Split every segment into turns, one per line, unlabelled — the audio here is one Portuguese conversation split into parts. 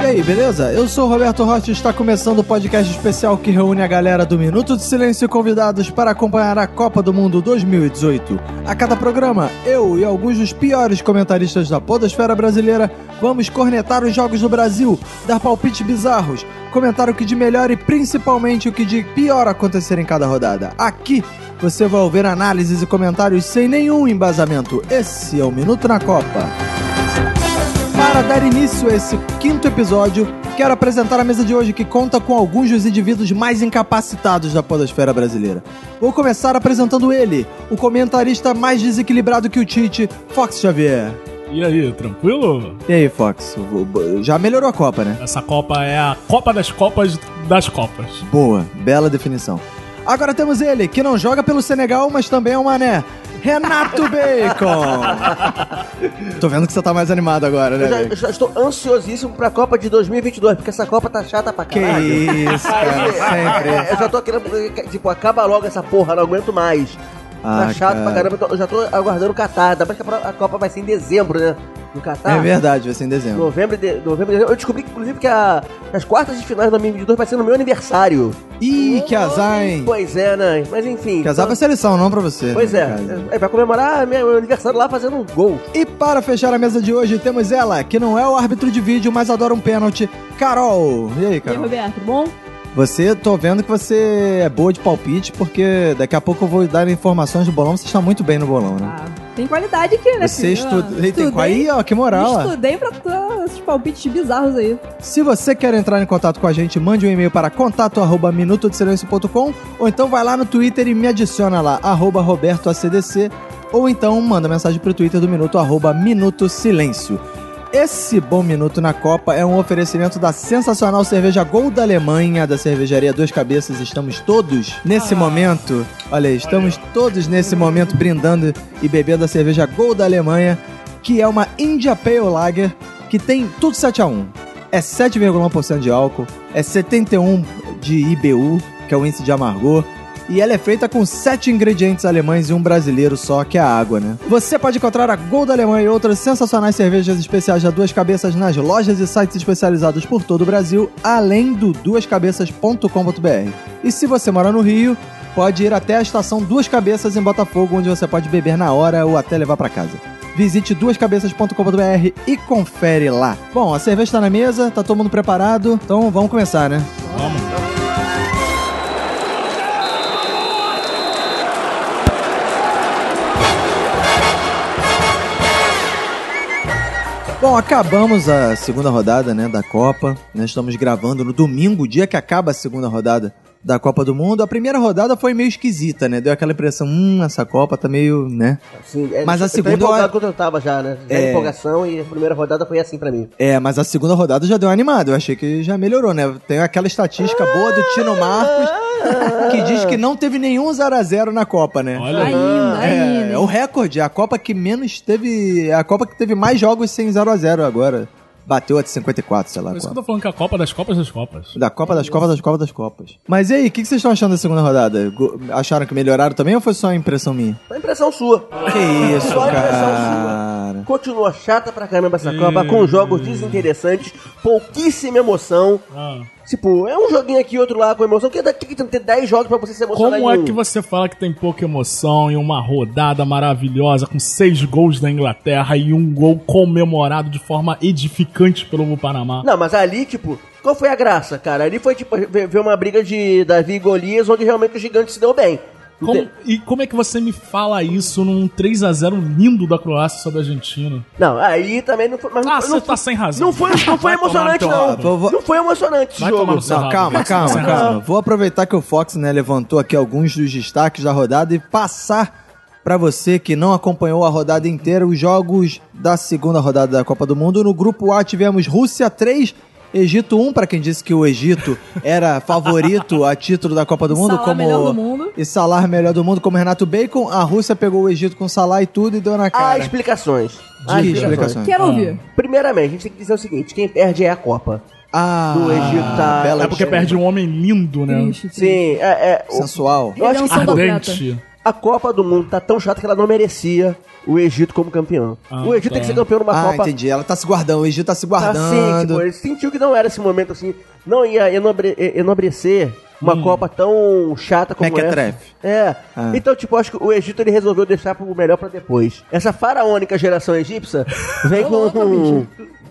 E aí, beleza? Eu sou o Roberto Rocha e está começando o podcast especial que reúne a galera do Minuto de Silêncio e convidados para acompanhar a Copa do Mundo 2018. A cada programa, eu e alguns dos piores comentaristas da podosfera brasileira vamos cornetar os jogos do Brasil, dar palpites bizarros, comentar o que de melhor e principalmente o que de pior acontecer em cada rodada. Aqui você vai ouvir análises e comentários sem nenhum embasamento. Esse é o Minuto na Copa. Para dar início a esse quinto episódio, quero apresentar a mesa de hoje que conta com alguns dos indivíduos mais incapacitados da podosfera brasileira. Vou começar apresentando ele, o comentarista mais desequilibrado que o Tite, Fox Xavier.
E aí, tranquilo?
E aí, Fox? o- o- Já melhorou a Copa, né?
Essa Copa é a Copa das Copas das Copas.
Boa, bela definição. Agora temos ele, que não joga pelo Senegal, mas também é um mané. Renato Bacon! Tô vendo que você tá mais animado agora, né?
Eu já,
Bacon?
eu já estou ansiosíssimo pra Copa de 2022, porque essa Copa tá chata pra
Que
caralho. É,
isso, cara, sempre.
Eu já tô querendo. Tipo, acaba logo essa porra, não aguento mais.
Ah,
tá chato
cara.
pra caramba, então eu já tô aguardando o Catar. Ainda mais que a pro- a Copa vai ser em dezembro, né? No Catar.
É verdade, vai ser em dezembro.
Novembro e de, novembro e dezembro. Eu descobri, inclusive, que a, as quartas de finais de 2022 vai ser no meu aniversário.
Ih, que azar, hein?
Pois é, né? Mas enfim.
Que azar
então-
pra seleção, não pra você.
Pois
né,
é.
cara?
É, vai comemorar meu aniversário lá fazendo um gol.
E para fechar a mesa de hoje, temos ela, que não é o árbitro de vídeo, mas adora um pênalti, Carol. E aí,
E aí,
Carol?
Roberto, bom?
Hum. Você, tô vendo que você é boa de palpite, porque daqui a pouco eu vou dar informações do bolão, você está muito bem no bolão, né?
Ah, tem qualidade aqui, né?
Você
filho?
estuda.
Ah,
Aí, tem...
estudei-
aí, ó, que moral. ó.
Estudei pra tu- esses palpites bizarros aí.
Se você quer entrar em contato com a gente, mande um e-mail para contato@minutodesilêncio.com ou então vai lá no Twitter e me adiciona lá arroba @robertoacdc ou então manda mensagem pro Twitter do minuto arroba minuto silêncio. Esse bom minuto na Copa é um oferecimento da sensacional cerveja Gol da Alemanha, da cervejaria Dois Cabeças. Estamos todos nesse
Ah.
momento, olha aí, estamos todos nesse momento brindando e bebendo a cerveja Gol da Alemanha, que é uma India Pale Lager que tem tudo 7 a 1 é 7,1% de álcool, é 71 de IBU, que é o índice de amargor, e ela é feita com sete ingredientes alemães e um brasileiro só, que é a água, né? Você pode encontrar a Gold Alemanha e outras sensacionais cervejas especiais da Duas Cabeças nas lojas e sites especializados por todo o Brasil, além do duascabeças.com.br. E se você mora no Rio, pode ir até a estação Duas Cabeças em Botafogo, onde você pode beber na hora ou até levar pra casa. Visite duascabeças.com.br e confere lá. Bom, a cerveja tá na mesa, tá todo mundo preparado, então vamos começar, né?
Vamos.
Ah,
Bom, acabamos a segunda rodada, né, da Copa. Nós estamos gravando no domingo, dia que acaba a segunda rodada da Copa do Mundo. A primeira rodada foi meio esquisita, né? Deu aquela impressão, hum, essa Copa tá meio, né?
Assim, é-
Mas a
eu tô
segunda-
empolgado quando eu tava já, né? Já
É.
empolgação e a primeira rodada foi assim pra mim.
É, mas a segunda rodada já deu animada. Eu achei que já melhorou, né? Tem aquela estatística boa do Tino Marcos que diz que não teve nenhum 0 a 0 na Copa, né?
Olha aí.
Ainda,
É,
ainda.
é o recorde, é a Copa que menos teve. é A Copa que teve mais jogos sem 0 a 0 agora. Bateu a de 54, sei lá.
Por isso que eu
quanto.
tô falando que é a Copa das Copas das Copas.
Da Copa das Copas das Copas das Copas. Mas e aí, o que, que vocês estão achando da segunda rodada? Go- Acharam que melhoraram também ou foi só impressão minha?
Foi impressão sua.
Que isso,
Só impressão
cara.
Continua chata pra caramba essa Copa,
Hum.
com jogos desinteressantes, pouquíssima emoção.
Ah.
Tipo, é um joguinho aqui, outro lá com emoção. Que daqui que tem que ter 10 jogos pra você se emocionar
Como
em
é
um.
que você fala que tem pouca emoção e uma rodada maravilhosa com seis gols da Inglaterra e um gol comemorado de forma edificante pelo Panamá?
Não, mas ali, tipo, qual foi a graça, cara? Ali foi, tipo, ver ver uma briga de Davi e Golias, onde realmente o gigante se deu bem. Não
Como-
tem-
e como é que você me fala isso num 3 a 0 lindo da Croácia sobre a Argentina?
Não, aí também não foi... Mas
Ah,
não, foi- não
você tá sem razão.
Não foi, não foi
Vai
emocionante,
tomar no
não.
teu
rabo. Vou-
Não foi emocionante esse
Vai
jogo.
tomar no seu
Não,
Não,
calma,
não,
calma,
não.
calma. Vou aproveitar que o Fox né, levantou aqui alguns dos destaques da rodada e passar pra você que não acompanhou a rodada inteira os jogos da segunda rodada da Copa do Mundo. No grupo A tivemos Rússia 3, Egito 1, pra quem disse que o Egito era favorito a título da Copa do
E
Mundo,
Salah
como
melhor do mundo.
e Salah melhor do mundo, como Renato Bacon, a Rússia pegou o Egito com Salah e tudo e deu na
Há
cara.
explicações. Há
Diz explicações.
Quero ouvir.
Primeiramente, a gente tem que dizer o seguinte: quem perde é a Copa.
Ah,
Do Egito tá-
bela
É porque
história.
perde um homem lindo, né?
Triste, triste.
Sim, é. é, o-
sensual.
eu acho
Ele é um
que
São
Ardente.
a Copa do Mundo tá tão chata que ela não merecia o Egito como campeão.
Ah,
o Egito
tá.
tem que ser campeão numa
Ah,
Copa.
entendi. Ela tá se guardando, o Egito tá se
Tá assim,
guardando.
tipo, ele sentiu que não era esse momento assim. Não ia enobre, e- enobrecer uma
Hum.
Copa tão chata como
Mequetrefe.
essa. É.
Ah.
Então, tipo, acho que o Egito ele resolveu deixar pro melhor pra depois. Essa faraônica geração egípcia vem
Ô, louco,
com. um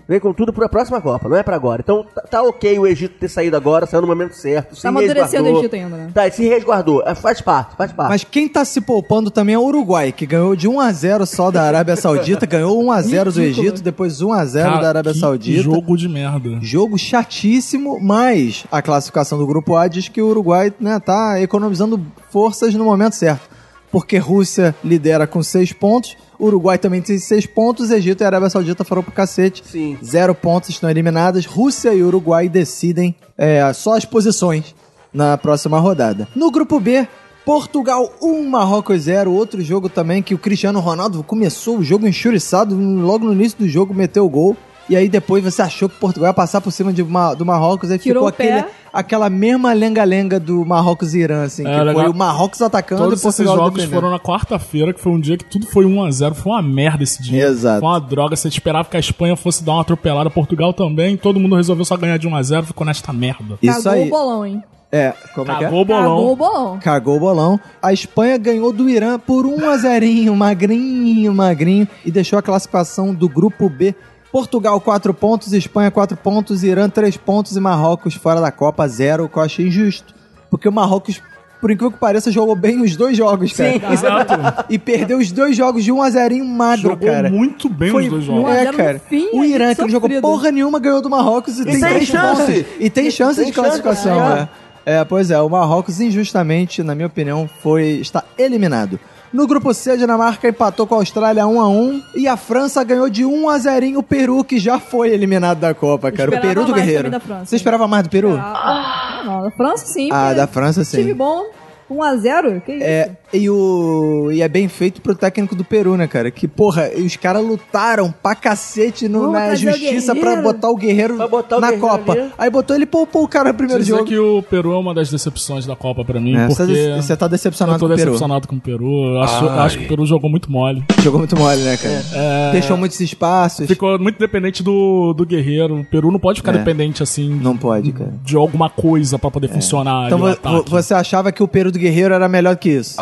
Vem com tudo pra próxima Copa, não é pra agora. Então tá, tá ok o Egito ter saído agora, saiu no momento certo. se
Tá amadurecendo
resguardou.
o Egito ainda, né?
Tá, e se resguardou. É, Faz parte, faz parte.
Mas quem tá se poupando também é o Uruguai, que ganhou de 1 a 0 só da Arábia Saudita, ganhou 1 a 0 do
Ridículo.
Egito, depois 1 a 0
Cara,
da Arábia
que
Saudita.
Jogo de merda.
Jogo chatíssimo, mas a classificação do grupo A diz que o Uruguai né, tá economizando forças no momento certo. Porque Rússia lidera com seis pontos, Uruguai também tem seis pontos, Egito e Arábia Saudita foram pro cacete.
Sim.
Zero pontos estão eliminadas. Rússia e Uruguai decidem é, só as posições na próxima rodada. No grupo B, Portugal 1, Marrocos 0. Outro jogo também que o Cristiano Ronaldo começou o jogo enxuriçado, logo no início do jogo meteu o gol. E aí depois você achou que Portugal ia passar por cima de Ma- do Marrocos, aí
Tirou
ficou
o pé.
aquele, aquela mesma lenga-lenga do Marrocos e Irã, assim,
É,
que foi
legal.
o Marrocos atacando
Todos
e
esses
Portugal
jogos
defendendo.
foram na quarta-feira, que foi um dia que tudo foi 1x0. Foi uma merda esse dia.
Exato.
Foi uma droga. Você esperava que a Espanha fosse dar uma atropelada, Portugal também. Todo mundo resolveu só ganhar de 1x0, ficou nesta merda.
Isso
Cagou
aí.
o bolão, hein?
É, como é que é?
Cagou o
Cagou o
bolão.
bolão.
Cagou o bolão. A Espanha ganhou do Irã por 1 a 0 magrinho, magrinho, e deixou a classificação do grupo B. Portugal 4 pontos, Espanha 4 pontos, Irã 3 pontos e Marrocos fora da Copa 0, o que eu achei injusto. Porque o Marrocos, por incrível que pareça, jogou bem os dois jogos, cara.
Exato.
E perdeu os dois jogos de 1 a 0 magro,
Jogou
cara.
muito bem os dois
É,
jogos.
1 a 0 no
cara.
fim,
o
é
Irã, que não jogou
sofrido.
porra nenhuma, ganhou do Marrocos e, tem
tem
três
chance.
pontos. E tem chance
Tem
de
chance,
classificação,
cara.
é. É, pois é, o Marrocos, injustamente, na minha opinião, foi está eliminado. No grupo C, a Dinamarca empatou com a Austrália 1 a 1 e a França ganhou de 1 a 0 o Peru, que já foi eliminado da Copa, cara. O
Esperava
Peru do
mais
Guerreiro.
também da França.
Você esperava mais do Peru?
Ah, não, da França sim.
ah,
porque
da França
Time
sim.
bom, 1x0? Que isso?
É, e, o, e é bem feito pro técnico do Peru, né, cara? Que, porra, e os caras lutaram pra cacete no-
Vamos
na
trazer o
justiça pra
Guerreiro.
botar o Guerreiro
Pra botar o
na
Guerreiro
Copa.
ali.
Aí botou ele e poupou o cara no primeiro
Dizer
jogo.
que o Peru é uma das decepções da Copa pra mim,
É,
porque...
você, você tá decepcionado
Eu tô
com o Peru.
decepcionado com o Peru. Eu acho, eu acho que o Peru jogou muito mole.
Jogou muito mole, né, cara?
É,
Deixou muitos espaços.
Ficou muito dependente do, do guerreiro. O Peru não pode ficar
É.
dependente, assim,
Não pode, cara.
de alguma coisa pra poder funcionar.
Então
ali o
vo-
ataque. Ah,
você achava que o Peru do Guerreiro era melhor que isso?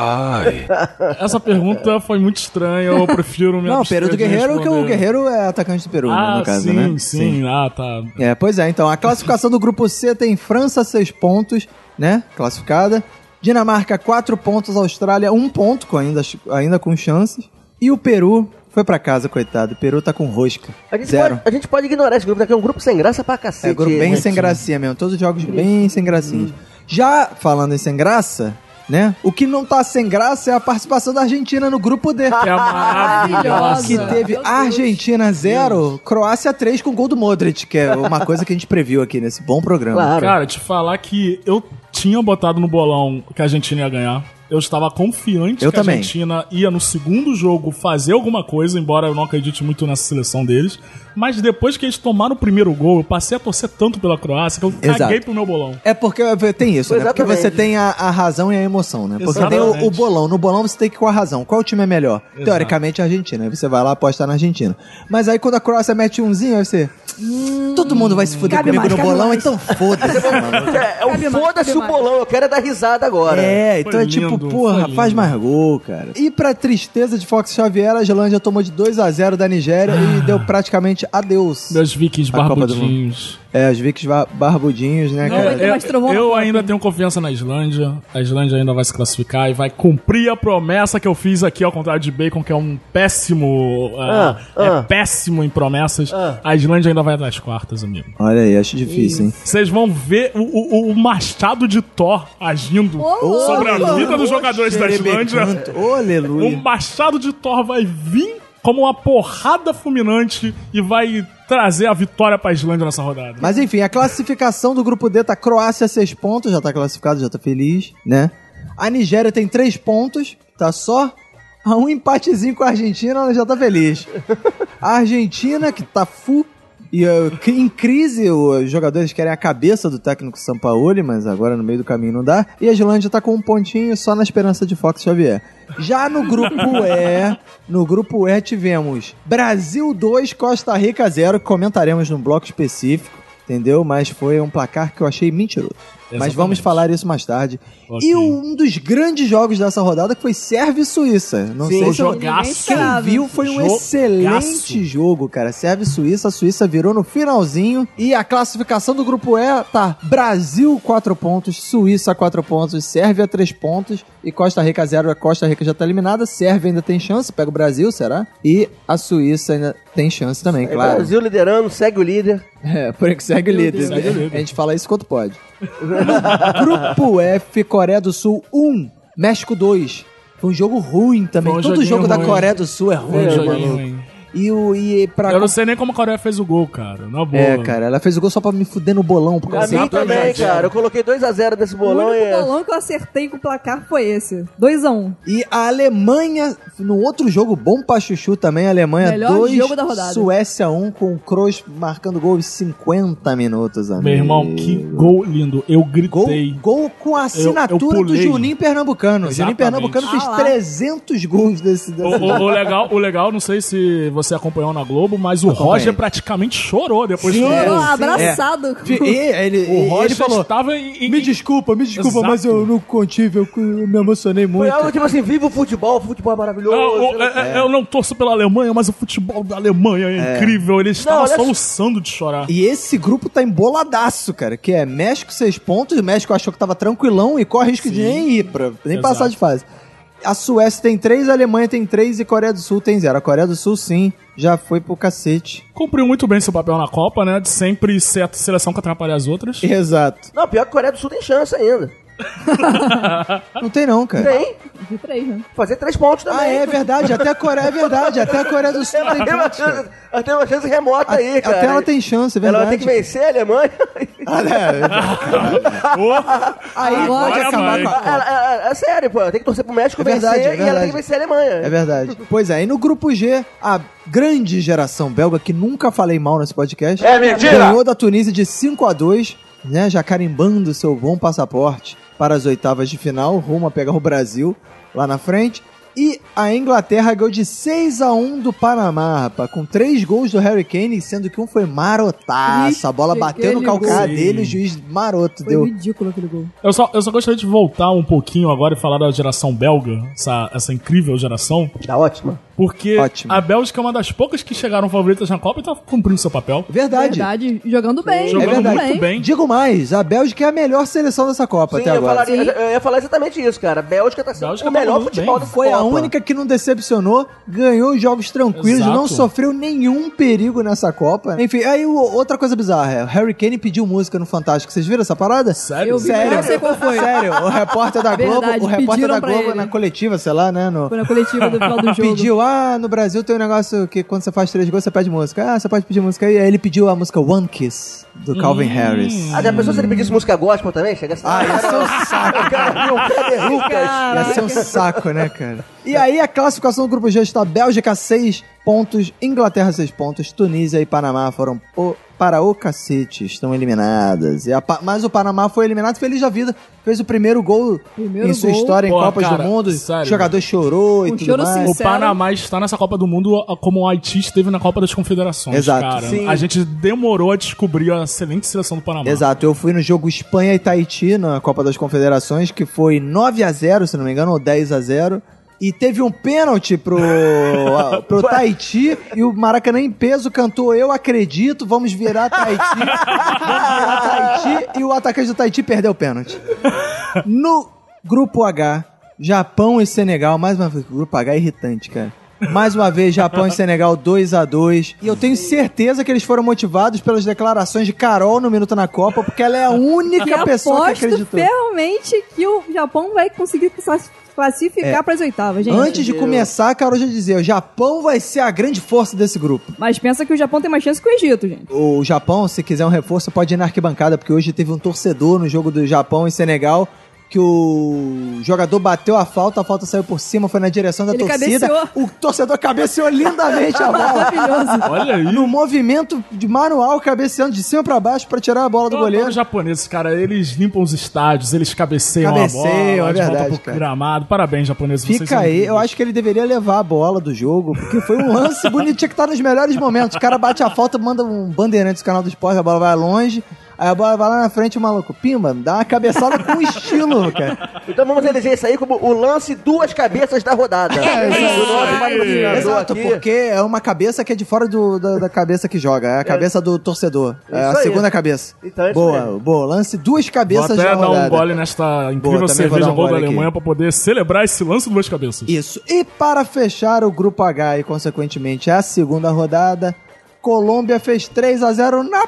Essa pergunta foi muito estranha, eu prefiro me
não, o Peru
abster
do
de
Guerreiro, que o
responder.
Guerreiro é atacante do Peru, né,
Ah,
no caso,
sim,
né?
sim, Ah, tá.
É, pois é, então a classificação do grupo C tem França 6 pontos, né? Classificada. Dinamarca 4 pontos, Austrália 1 ponto, com ainda, ainda com chances. E o Peru foi pra casa, coitado. O Peru tá com rosca.
A gente,
Zero.
pode, a gente pode ignorar esse grupo, porque é um grupo sem graça pra cacete.
É grupo bem
né?
sem gracinha mesmo. Todos os jogos bem sem gracinha. Já falando em sem graça, né? O que não tá sem graça é a participação da Argentina no grupo D.
Que é maravilhosa.
Que teve
Meu Deus.
Argentina 0, Croácia 3 com gol do Modric, que é uma coisa que a gente previu aqui nesse bom programa.
Claro.
Cara, te falar que eu tinha botado no bolão que a Argentina ia ganhar. Eu estava confiante
Eu
que
também.
a Argentina ia no segundo jogo fazer alguma coisa, embora eu não acredite muito nessa seleção deles. Mas depois que eles tomaram o primeiro gol, eu passei a torcer tanto pela Croácia que eu
Exato.
caguei pro meu bolão.
É porque tem isso, né? Porque
Exatamente.
você tem a, a razão e a emoção, né? Porque tem o- o,
Exatamente.
bolão. No bolão você tem que ir com a razão. Qual time é melhor? Teoricamente a Argentina. Aí você vai lá apostar na Argentina. Mas aí quando a Croácia mete umzinho, aí você. "Hum, Todo mundo vai se fuder
cabe
comigo
mais,
no
cabe
bolão,
mais."
então foda-se, mano.
É, é um
Cabe mais,
foda-se
cabe
o
mais.
bolão, eu quero é dar risada agora.
É, então é
lindo,
tipo,
foi
porra,
lindo.
faz mais gol, cara. E pra tristeza de Fox Xavier, a Gelândia tomou de 2 a 0 da Nigéria e deu praticamente adeus.
Meus vikings
A Copa do
barbudinhos.
É, os Vicks ba- barbudinhos, né,
Não
cara?
vai ter mais trovão na
É, eu
Copa,
ainda
hein?
tenho confiança na Islândia. A Islândia ainda vai se classificar e vai cumprir a promessa que eu fiz aqui, ao contrário de Bacon, que é um péssimo.
Ah,
é,
ah.
péssimo em promessas.
Ah.
A Islândia ainda vai nas quartas, amigo.
Olha aí, acho difícil, hein?
Vocês vão ver o, o- o machado de Thor agindo
Ô,
sobre a
louco!
vida dos jogadores da Islândia.
Xerebecanto. Ô,
O
Aleluia.
machado de Thor vai vir como uma porrada fulminante e vai trazer a vitória pra Islândia nessa rodada.
Mas enfim, a classificação do grupo D tá Croácia 6 pontos, já tá classificado, já tá feliz, né? A Nigéria tem 3 pontos, tá só. A um empatezinho com a Argentina, ela já tá feliz. A Argentina, que tá full. E eh, que em crise, os jogadores querem a cabeça do técnico Sampaoli, mas agora no meio do caminho não dá. E a Islândia tá com um pontinho só na esperança de Fox Xavier. Já no grupo E, no grupo E tivemos Brasil 2, Costa Rica 0, que comentaremos num bloco específico, entendeu? Mas foi um placar que eu achei mentiroso. Mas
Exatamente.
vamos falar isso mais tarde.
Ok.
E um dos grandes jogos dessa rodada que foi Sérvia e Suíça. Não
Sim,
sei se
jogaço.
Ninguém esperava.
quem viu foi um
Jogaço.
excelente jogo, cara. Serve Suíça, a Suíça virou no finalzinho e a classificação do grupo E tá Brasil 4 pontos, Suíça 4 pontos, Sérvia 3 pontos e Costa Rica 0. A Costa Rica já tá eliminada, Sérvia ainda tem chance, pega o Brasil, será? E a Suíça ainda tem chance também,
Aí,
claro.
É, Brasil liderando, segue o líder.
É, por que segue o líder. né?
Segue o líder.
A gente fala isso quanto pode. Grupo F, Coreia do Sul 1, México 2. Foi um jogo ruim também.
Foi um
Todo
joguinho
jogo da
ruim.
Coreia do Sul é
Foi
ruim,
um joguinho,
mano.
hein?
E, o, e pra.
Eu não sei nem como a Coreia fez o gol, cara. Na boa.
Tá É, cara, ela fez o gol só pra me fuder no bolão. Porque
A
eu
mim
sempre-
também, cara. Eu coloquei 2x0 nesse
o
bolão
único
e.
é
bolão que eu acertei com o placar foi esse. 2x1.
E a Alemanha, no outro jogo bom pra chuchu também, a Alemanha
Melhor
2,
jogo da rodada.
Suécia 1, com o Kroos marcando gol em 50 minutos, amigo.
Meu irmão, que gol lindo. Eu
Gol,
gritei.
gol com a assinatura do
pulei.
Juninho Pernambucano. O Juninho
Exatamente.
Pernambucano fez
Ah lá.
300 gols desse, desse
O, o- o legal, o legal, não sei se você acompanhou na Globo, mas o
Acompanhei.
Roger praticamente chorou depois do
É,
Chorou
gol.
abraçado.
E ele,
O Roger
ele falou:
estava em, em-
Me desculpa, me desculpa,
Exato.
mas eu não contive, eu, eu me emocionei
Foi
muito.
algo tipo assim: viva o futebol, o futebol é maravilhoso.
Não, o- é- é- Eu não torço pela Alemanha, mas o futebol da Alemanha é, incrível. Ele estava
olha-
soluçando de chorar.
E esse grupo tá emboladaço, cara. Que é México seis pontos, o México achou que tava tranquilão e corre risco de nem ir, pra, nem
Exato.
passar de fase. A Suécia tem três, a Alemanha tem três e a Coreia do Sul tem zero. A Coreia do Sul, sim, já foi pro cacete.
Cumpriu muito bem seu papel na Copa, né? De sempre ser a seleção que atrapalha as outras.
Exato.
Não, pior que a Coreia do Sul tem chance ainda.
Não tem não, cara.
Tem.
De três, né?
Fazer três pontos também.
Ah, é verdade. Até a Coreia é verdade. Até a Coreia do Sul
Ela
tem
tem uma
pontos, cara.
chance, ela tem uma chance remota aí, cara.
Até ela tem chance, é verdade. Ah,
Ela
é.
vai ter que vencer a Alemanha.
Aí
Agora
pode acabar
vai.
com a Copa.
Ela- ela- ela- é sério, pô. Ela tem que torcer pro México
É verdade,
vencer
é
e ela
verdade.
tem que vencer a Alemanha.
É verdade. Pois é, e no grupo G, a grande geração belga, que nunca falei mal nesse podcast,
É mentira!
ganhou da Tunísia de 5 a 2 né? Já carimbando seu bom passaporte para as oitavas de final, rumo a pegar o Brasil lá na frente. E a Inglaterra ganhou de 6 a 1 do Panamá, rapaz, com três gols do Harry Kane, sendo que um foi marotaço. A bola
Ixi,
bateu no
aquele
calcanhar
gol.
dele, o juiz maroto
Foi
deu.
ridículo aquele gol.
Eu só, eu só gostaria de voltar um pouquinho agora e falar da geração belga, essa, essa incrível geração,
Tá ótima.
porque
Ótimo.
a Bélgica é uma das poucas que chegaram favoritas na Copa e tá cumprindo seu papel.
Verdade.
Verdade. Jogando bem.
Jogando
É verdade.
muito bem.
Digo mais, a Bélgica é a melhor seleção dessa Copa
Sim,
até
eu,
agora.
falaria,
Sim.
eu ia falar exatamente isso, cara. A Bélgica tá sendo
Bélgica
o melhor
mandou
futebol
bem.
dessa
Foi a
Copa.
única que não decepcionou, ganhou os jogos tranquilos,
Exato.
não sofreu nenhum perigo nessa Copa. Enfim, aí o- outra coisa bizarra, é, o Harry Kane pediu música no Fantástico. Vocês viram essa parada?
Sério?
Eu vi, mas
Sério,
não sei qual foi.
Sério, o repórter da Globo,
Verdade,
o repórter
pediram
da
pra
Globo
ele.
na coletiva, sei lá, né, no
Foi na coletiva do final do jogo.
Pediu, ah, no Brasil tem um negócio que quando você faz três gols, você pede música. Ah, você pode pedir música. E aí ele pediu a música One Kiss,
Hum.
do Calvin Harris.
Ah, já pensou se ele pedisse música gospel também? Chegasse
Ah, ia ser um saco.
cara, meu pé é Lucas.
Ia ser um saco, né, cara? E aí a classificação do grupo G está Bélgica 6 pontos, Inglaterra 6 pontos, Tunísia e Panamá foram po- para o cacete, estão eliminadas. E a Pa- Mas o Panamá foi eliminado, feliz da vida. Fez o primeiro gol
Primeiro
em sua
gol.
história em
Pô,
Copas do
cara,
Mundo.
sério,
o jogador chorou e
Um
tudo
choro
mais.
sincero.
O Panamá está nessa Copa do Mundo ah, como o Haiti esteve na Copa das Confederações,
Exato.
cara.
Sim.
A gente demorou a descobrir a excelente seleção do Panamá.
Exato, eu fui no jogo Espanha e Tahiti na Copa das Confederações, que foi 9 a 0 se não me engano, ou 10 a 0 e teve um pênalti pro, a- pro Tahiti, e o Maracanã em peso cantou Eu Acredito, vamos virar Tahiti. Vamos virar Tahiti, e o atacante do Tahiti perdeu o pênalti. No grupo H, Japão e Senegal, mais uma vez, grupo H é irritante, cara. Mais uma vez, Japão e Senegal 2 a 2 E eu tenho certeza que eles foram motivados pelas declarações de Carol no Minuto na Copa, porque ela é a única
E
pessoa que
aposto
acreditou.
ferramente que o Japão vai conseguir se class- classificar pras oitavas, gente.
É. Antes de
meu.
começar, a Carol já dizia: o Japão vai ser a grande força desse grupo.
Mas pensa que o Japão tem mais chance que o Egito, gente.
O Japão, se quiser um reforço, pode ir na arquibancada, porque hoje teve um torcedor no jogo do Japão e Senegal que o jogador bateu a falta, a falta saiu por cima, foi na direção da
Ele
torcida.
cabeceou.
O torcedor cabeceou lindamente a bola.
Maravilhoso.
Olha aí.
No movimento de manual, cabeceando de cima pra baixo pra tirar a bola do
Todo-
goleiro.
todo japonês, cara, eles limpam os estádios, eles cabeceiam,
Cabeceiam,
a bola,
é
de
verdade,
volta pro
cara.
gramado. Parabéns, japoneses. vocês
Fica
são
aí,
incríveis.
eu acho que ele deveria levar a bola do jogo, porque foi um lance bonitinho que tá nos melhores momentos. O cara bate a falta, manda um bandeirante do canal do esporte, a bola vai longe, aí a bola vai lá na frente, o maluco, pimba, dá uma cabeçada com estilo, cara.
Então vamos eleger isso aí como o lance duas cabeças da rodada. É,
isso
O nosso
aí.
patrocinador
Exato,
aqui.
porque é uma cabeça que é de fora do- da, da cabeça que joga, é a cabeça do torcedor, é a
Isso aí.
segunda cabeça.
Então é isso
boa,
mesmo.
boa, lance duas
Vou
cabeças
até
na
dar
rodada.
um gole nesta incrível
Boa, também vou
cerveja
dar um
boa da
gole aqui.
Alemanha pra poder celebrar esse lance do duas cabeças.
Isso. E para fechar o grupo H e, consequentemente, a segunda rodada, Colômbia fez 3 a 0 na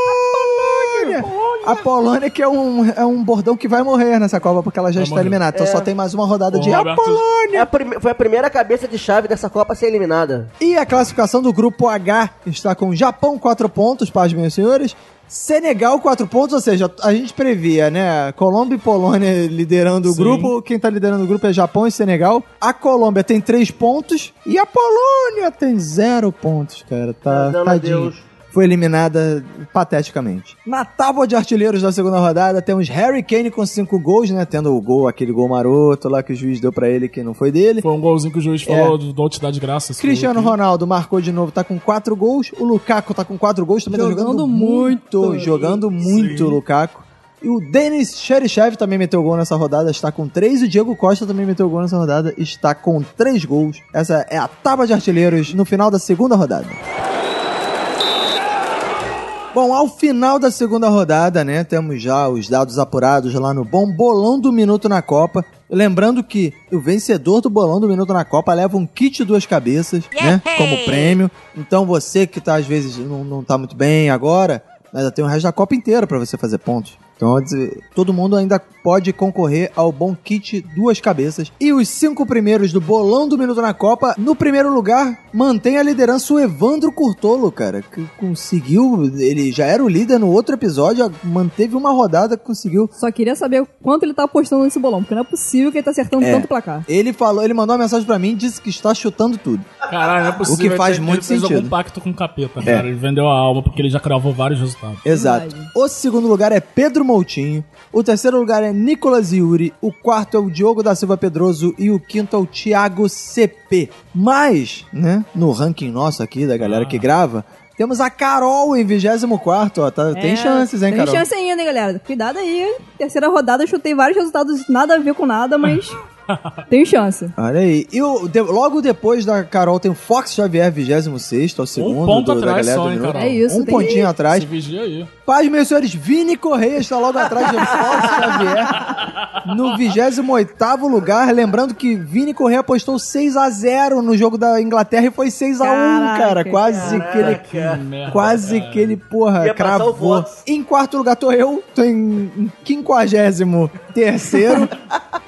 Polônia. A Polônia, que é um, é um bordão que vai morrer nessa Copa, porque ela já
Vai
está
morrer.
eliminada. Então só tem mais uma rodada
O
de
Roberto-
A Polônia.
É a prime- Foi a primeira cabeça de chave dessa Copa a ser eliminada.
E a classificação do grupo H está com Japão 4 pontos, paz, meus senhores. Senegal 4 pontos, ou seja, a gente previa, né? Colômbia e Polônia liderando o
Sim.
grupo. Quem tá liderando o grupo é Japão e Senegal. A Colômbia tem 3 pontos e a Polônia tem 0 pontos, cara. Tá
Dando
tadinho.
adeus.
Foi eliminada pateticamente. Na tábua de artilheiros da segunda rodada, temos Harry Kane com 5 gols, né? Tendo o gol, aquele gol maroto lá que o juiz deu pra ele que não foi dele.
Foi um golzinho que o juiz falou do do te dar de graça. esse
É. Cristiano
gol aqui.
Ronaldo marcou de novo, tá com quatro gols. O Lukaku tá com quatro gols, também tá
Jogando
jogando
muito.
Jogando muito o Lukaku. E o Denis Cherichev também meteu gol nessa rodada, está com três. E o Diego Costa também meteu gol nessa rodada, está com três gols. Essa é a tábua de artilheiros no final da segunda rodada. Bom, ao final da segunda rodada, né, temos já os dados apurados lá no bom bolão do minuto na Copa. Lembrando que o vencedor do bolão do minuto na Copa leva um kit duas cabeças, né, como prêmio. Então você que tá às vezes não, não tá muito bem agora, ainda tem o resto da Copa inteira para você fazer pontos. Então, quer dizer, todo mundo ainda pode concorrer ao bom kit duas cabeças. E os cinco primeiros do bolão do Minuto na Copa, no primeiro lugar, mantém a liderança o Evandro Curtolo, cara, que conseguiu, ele já era o líder no outro episódio, manteve uma rodada, conseguiu
Só queria saber quanto ele tá apostando nesse bolão, porque não é possível que ele tá acertando
É.
tanto placar.
ele falou, ele mandou uma mensagem pra mim, disse que está chutando tudo.
Caralho, não é possível.
O que faz
ele,
muito
ele fez
sentido. É.
algum pacto com o capeta, cara. Ele vendeu a alma porque ele já cravou vários resultados.
Exato.
Verdade.
O segundo lugar é Pedro Moutinho. O terceiro lugar é Nicolas Yuri. O quarto é o Diogo da Silva Pedroso. E o quinto é o Thiago CP. Mas, né, no ranking nosso aqui, da galera
Ah.
que grava, temos a Carol em 24, ó. tá- tem
É,
chances, hein,
Tem
Carol?
chance ainda, hein, galera. Cuidado aí. Terceira rodada, eu chutei vários resultados, nada a ver com nada, mas tem chance.
Olha aí. E o- de- logo depois da Carol tem o Fox Xavier, 26, ao segundo.
Um ponto
do- da
atrás
galera
só,
do
hein,
Minuto.
Carol?
É isso.
Um
tem-
pontinho atrás.
Se vigia aí.
Paz, meus senhores, Vini Correia está logo atrás de Fox Xavier no 28º lugar. Lembrando que Vini Correia apostou 6x0 no jogo da Inglaterra e foi 6x1,
Caraca,
cara. Quase que ele...
Que merda,
Quase
cara.
que ele, porra,
Ia passar o
cravou.
Fox.
Em quarto lugar tô eu, tô em em 53º.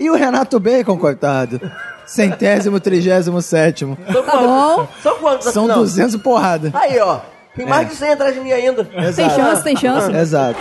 e o Renato Bacon, coitado. Centésimo, trigésimo, sétimo.
São
Tá bom.
São quantos?
São
afinal?
200 e porrada.
Aí, ó. Tem
É.
mais de 100 atrás de mim ainda.
Tem chance, tem chance.
Exato.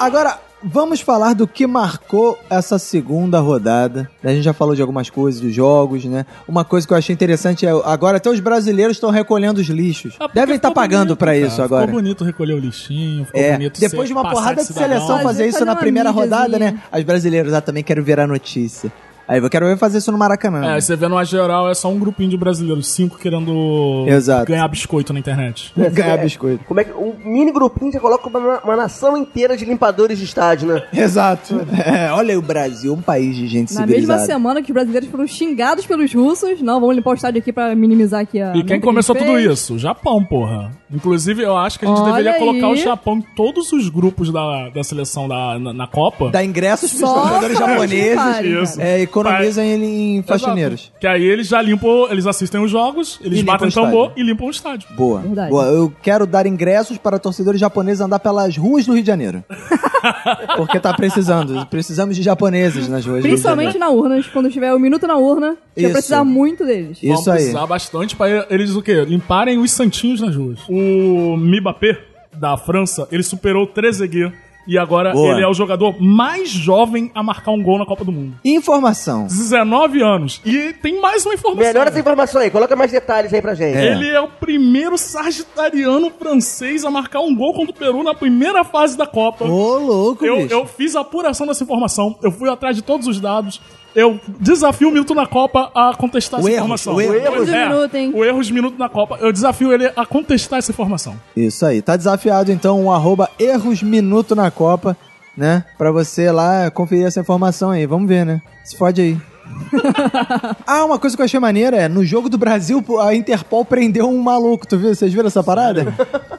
Agora, vamos falar do que marcou essa segunda rodada. né? A gente já falou de algumas coisas, dos jogos, né? Uma coisa que eu achei interessante é agora até os brasileiros estão recolhendo os lixos.
Ah, porque
Devem estar
ficou
pagando
bonito,
pra
cara.
isso agora.
Ficou bonito recolher o lixinho, ficou
É,
bonito
depois
ser-
de uma
passar
porrada de
cidadão.
seleção
Fazer-
fazer isso
fazer
na
uma
primeira rodada,
mídiazinha.
né? As brasileiras, ah, também quero virar notícia. Aí eu quero ver fazer isso no Maracanã.
É, você vê numa geral, é só um grupinho de brasileiros, cinco querendo
Exato.
ganhar biscoito na internet.
Ganhar biscoito.
Como é que um mini grupinho você coloca uma, uma nação inteira de limpadores de estádio, né?
Exato. É, olha aí o Brasil, um país de gente
Na
civilizada.
mesma semana que os brasileiros foram xingados pelos russos, não, vamos limpar o estádio aqui pra minimizar aqui
E
a...
quem
merda que
começou
a gente
tudo
fez.
isso? O Japão, porra. Inclusive, eu acho que a gente
Olha
deveria
aí.
colocar o Japão em todos os grupos da, da seleção da, na, na Copa.
Dá ingressos pros
Só
torcedores
só os
japoneses.
rivais,
Isso.
cara.
É, e economizam ele em faxineiros.
Exato. Que aí eles já limpam, eles assistem os jogos, eles
E limpam
batem
o estádio.
tambor e limpam o estádio.
Boa.
Verdade.
Boa. Eu quero dar ingressos para torcedores japoneses andar pelas ruas do Rio de Janeiro. Porque tá precisando. Precisamos de japoneses nas ruas do Rio de
Principalmente
Janeiro.
na urna, quando tiver o minuto na urna, você vai
Isso.
precisar muito deles.
Isso
Vamos
aí.
precisar bastante pra eles o quê? Limparem os santinhos nas ruas. O Mbappé, da França, ele superou o Trezeguet. E agora
Boa.
ele é o jogador mais jovem a marcar um gol na Copa do Mundo.
Informação.
19 anos. E tem mais uma informação.
assim?
Melhora essa informação aí, coloca mais detalhes aí pra gente.
É.
Ele é o primeiro sagitariano francês a marcar um gol contra o Peru na primeira fase da Copa.
Ô, louco,
eu,
bicho.
eu fiz a apuração dessa informação, eu fui atrás de todos os dados. Eu desafio o Milton na Copa a contestar
O
essa
erro,
informação.
o erro.
Pois
Erros do
é,
minuto, hein?
O erro de minuto na Copa. Eu desafio ele a contestar essa informação.
Isso aí. Tá desafiado, então, o arroba erros minuto na Copa, né? Pra você lá conferir essa informação aí. Vamos ver, né? Se fode aí. ah, uma coisa que eu achei maneira é, no jogo do Brasil, a Interpol prendeu um maluco, tu viu? Vocês viram essa parada?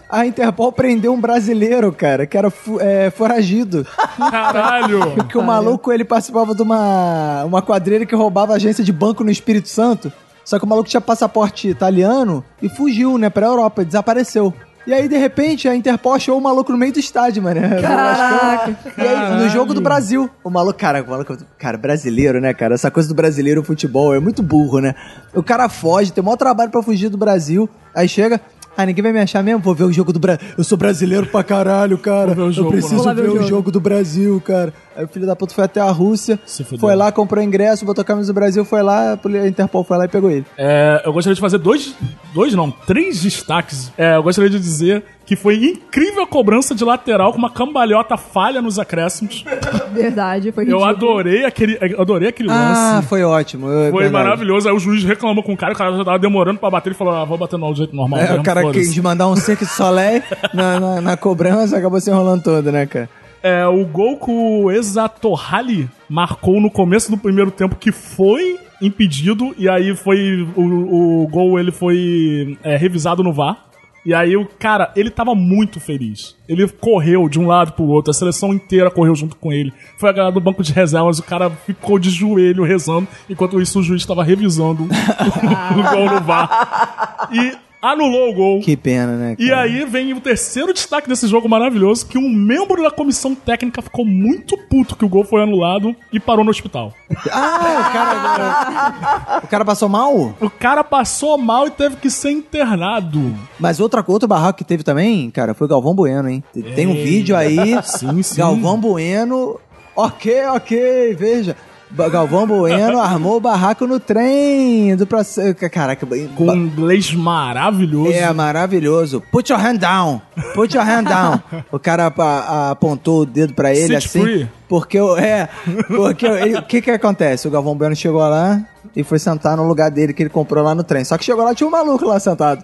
A Interpol prendeu um brasileiro, cara, que era fu- é, foragido.
Caralho!
Porque o maluco, ele participava de uma, uma quadrilha que roubava agência de banco no Espírito Santo. Só que o maluco tinha passaporte italiano e fugiu, né, pra Europa, desapareceu. E aí, de repente, a Interpol achou o maluco no meio do estádio, mano.
Caraca!
E aí, no jogo do Brasil, o maluco, cara, o maluco, cara, brasileiro, né, cara? Essa coisa do brasileiro, o futebol, é muito burro, né? O cara foge, tem o maior trabalho pra fugir do Brasil, aí chega, ah, ninguém vai me achar mesmo, vou ver o jogo do Brasil. Eu sou brasileiro pra caralho, cara.
ver o jogo,
eu
né?
preciso
Vou lá
ver, o jogo. do Brasil, cara. Aí o filho da puta foi até a Rússia,
Se fudeu.
foi lá, comprou ingresso, botou a camisa do Brasil, foi lá, a poli- a Interpol foi lá e pegou ele.
É, eu gostaria de fazer dois. Dois não, três destaques. É, eu gostaria de dizer que foi incrível a cobrança de lateral com uma cambalhota falha nos acréscimos.
Verdade, foi
Eu
ridículo.
adorei aquele, adorei aquele lance.
Ah, foi ótimo. é
Foi
verdade.
maravilhoso. Aí o juiz reclamou com o cara, o cara já tava demorando pra bater. Ele falou: ah, vou bater no jeito normal.
É,
mesmo,
o cara
Então foda-se."
quis mandar um cerco de solé na, na, na cobrança, acabou se enrolando todo, né, cara?
É, o gol que o Exatorrali marcou no começo do primeiro tempo, que foi impedido, e aí foi. O, o gol ele foi é, revisado no VAR. E aí, o cara, ele tava muito feliz. Ele correu de um lado pro outro, a seleção inteira correu junto com ele. Foi a galera do banco de reservas, o cara ficou de joelho rezando, enquanto isso o juiz tava revisando o, o gol no VAR. E anulou o gol.
Que pena, né?
E
cara?
aí vem o terceiro destaque desse jogo maravilhoso, que um membro da comissão técnica ficou muito puto que o gol foi anulado e parou no hospital.
Ah, o cara. o cara passou mal?
O cara passou mal e teve que ser internado.
Mas outra, outro barraco que teve também, cara, foi o Galvão Bueno, hein? Tem tem um
Ei.
vídeo aí.
Sim, sim.
Galvão Bueno. Ok, ok, veja. Ba- Galvão Bueno armou o barraco no trem do processo. Caraca, ba-
Com um inglês maravilhoso.
É maravilhoso. Put your hand down. Put your hand down. O cara ap- a- apontou o dedo pra ele
Sit
assim.
free.
Porque o. É. Porque o ele- o que que acontece? O Galvão Bueno chegou lá e foi sentar no lugar dele que ele comprou lá no trem. Só que chegou lá tinha um maluco lá sentado.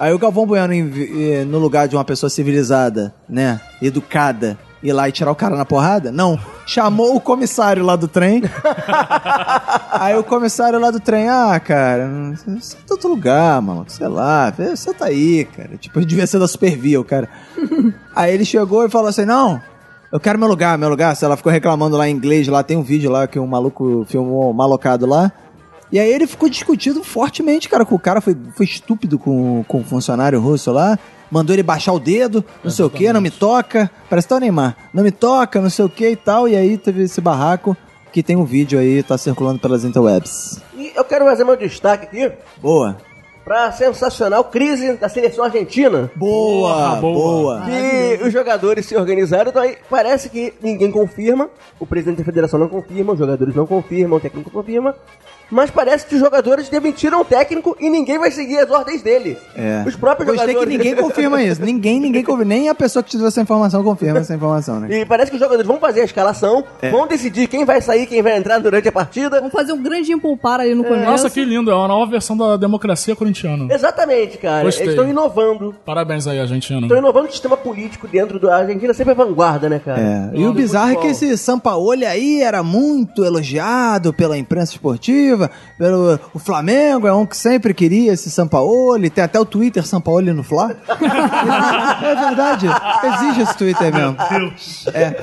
Aí o Galvão Bueno, em vi- eh, no lugar de uma pessoa civilizada, né? Educada. Ir lá e tirar o cara na porrada? Não. Chamou o comissário lá do trem Aí o comissário lá do trem, ah, cara, você tá em outro lugar, maluco, sei lá, vê, você tá aí, cara. Tipo, devia ser da Supervia, o cara. aí ele chegou e falou assim, não, eu quero meu lugar, meu lugar. Sei lá, ficou reclamando lá em inglês, lá tem um vídeo lá que um maluco filmou, um malocado lá. E aí ele ficou discutido fortemente, cara, com o cara, foi, foi estúpido com, com o funcionário russo lá. Mandou ele baixar o dedo, não sei o que, não me toca. Parece até o Neymar. Não me toca, não sei o que e tal. E aí teve esse barraco que tem um vídeo aí, tá circulando pelas interwebs.
E eu quero fazer meu destaque aqui
Boa.
pra sensacional crise da seleção argentina.
Boa,
Boa, boa.
Que os jogadores se organizaram, então aí parece que ninguém confirma, o presidente da federação não confirma, os jogadores não confirmam, o técnico não confirma, mas parece que os jogadores demitiram o técnico e ninguém vai seguir as ordens dele.
É.
Os próprios
Gostei
jogadores.
que ninguém confirma isso. Ninguém, ninguém confirma. Nem a pessoa que te deu essa informação confirma essa informação, né?
E parece que os jogadores vão fazer a escalação,
É.
vão decidir quem vai sair, quem vai entrar durante a partida.
Vamos fazer um grande empulpar ali no começo.
Nossa, que lindo. É uma nova versão da democracia corintiana.
Exatamente, cara.
Gostei.
Eles estão inovando.
Parabéns aí, argentino.
Estão inovando o sistema político dentro da Argentina, sempre é vanguarda, né, cara?
É. E o bizarro é que esse Sampaoli aí era muito elogiado pela imprensa esportiva, pelo o Flamengo é um que sempre queria esse Sampaoli, tem até o Twitter Sampaoli no Fla. é verdade, exige esse Twitter mesmo. É.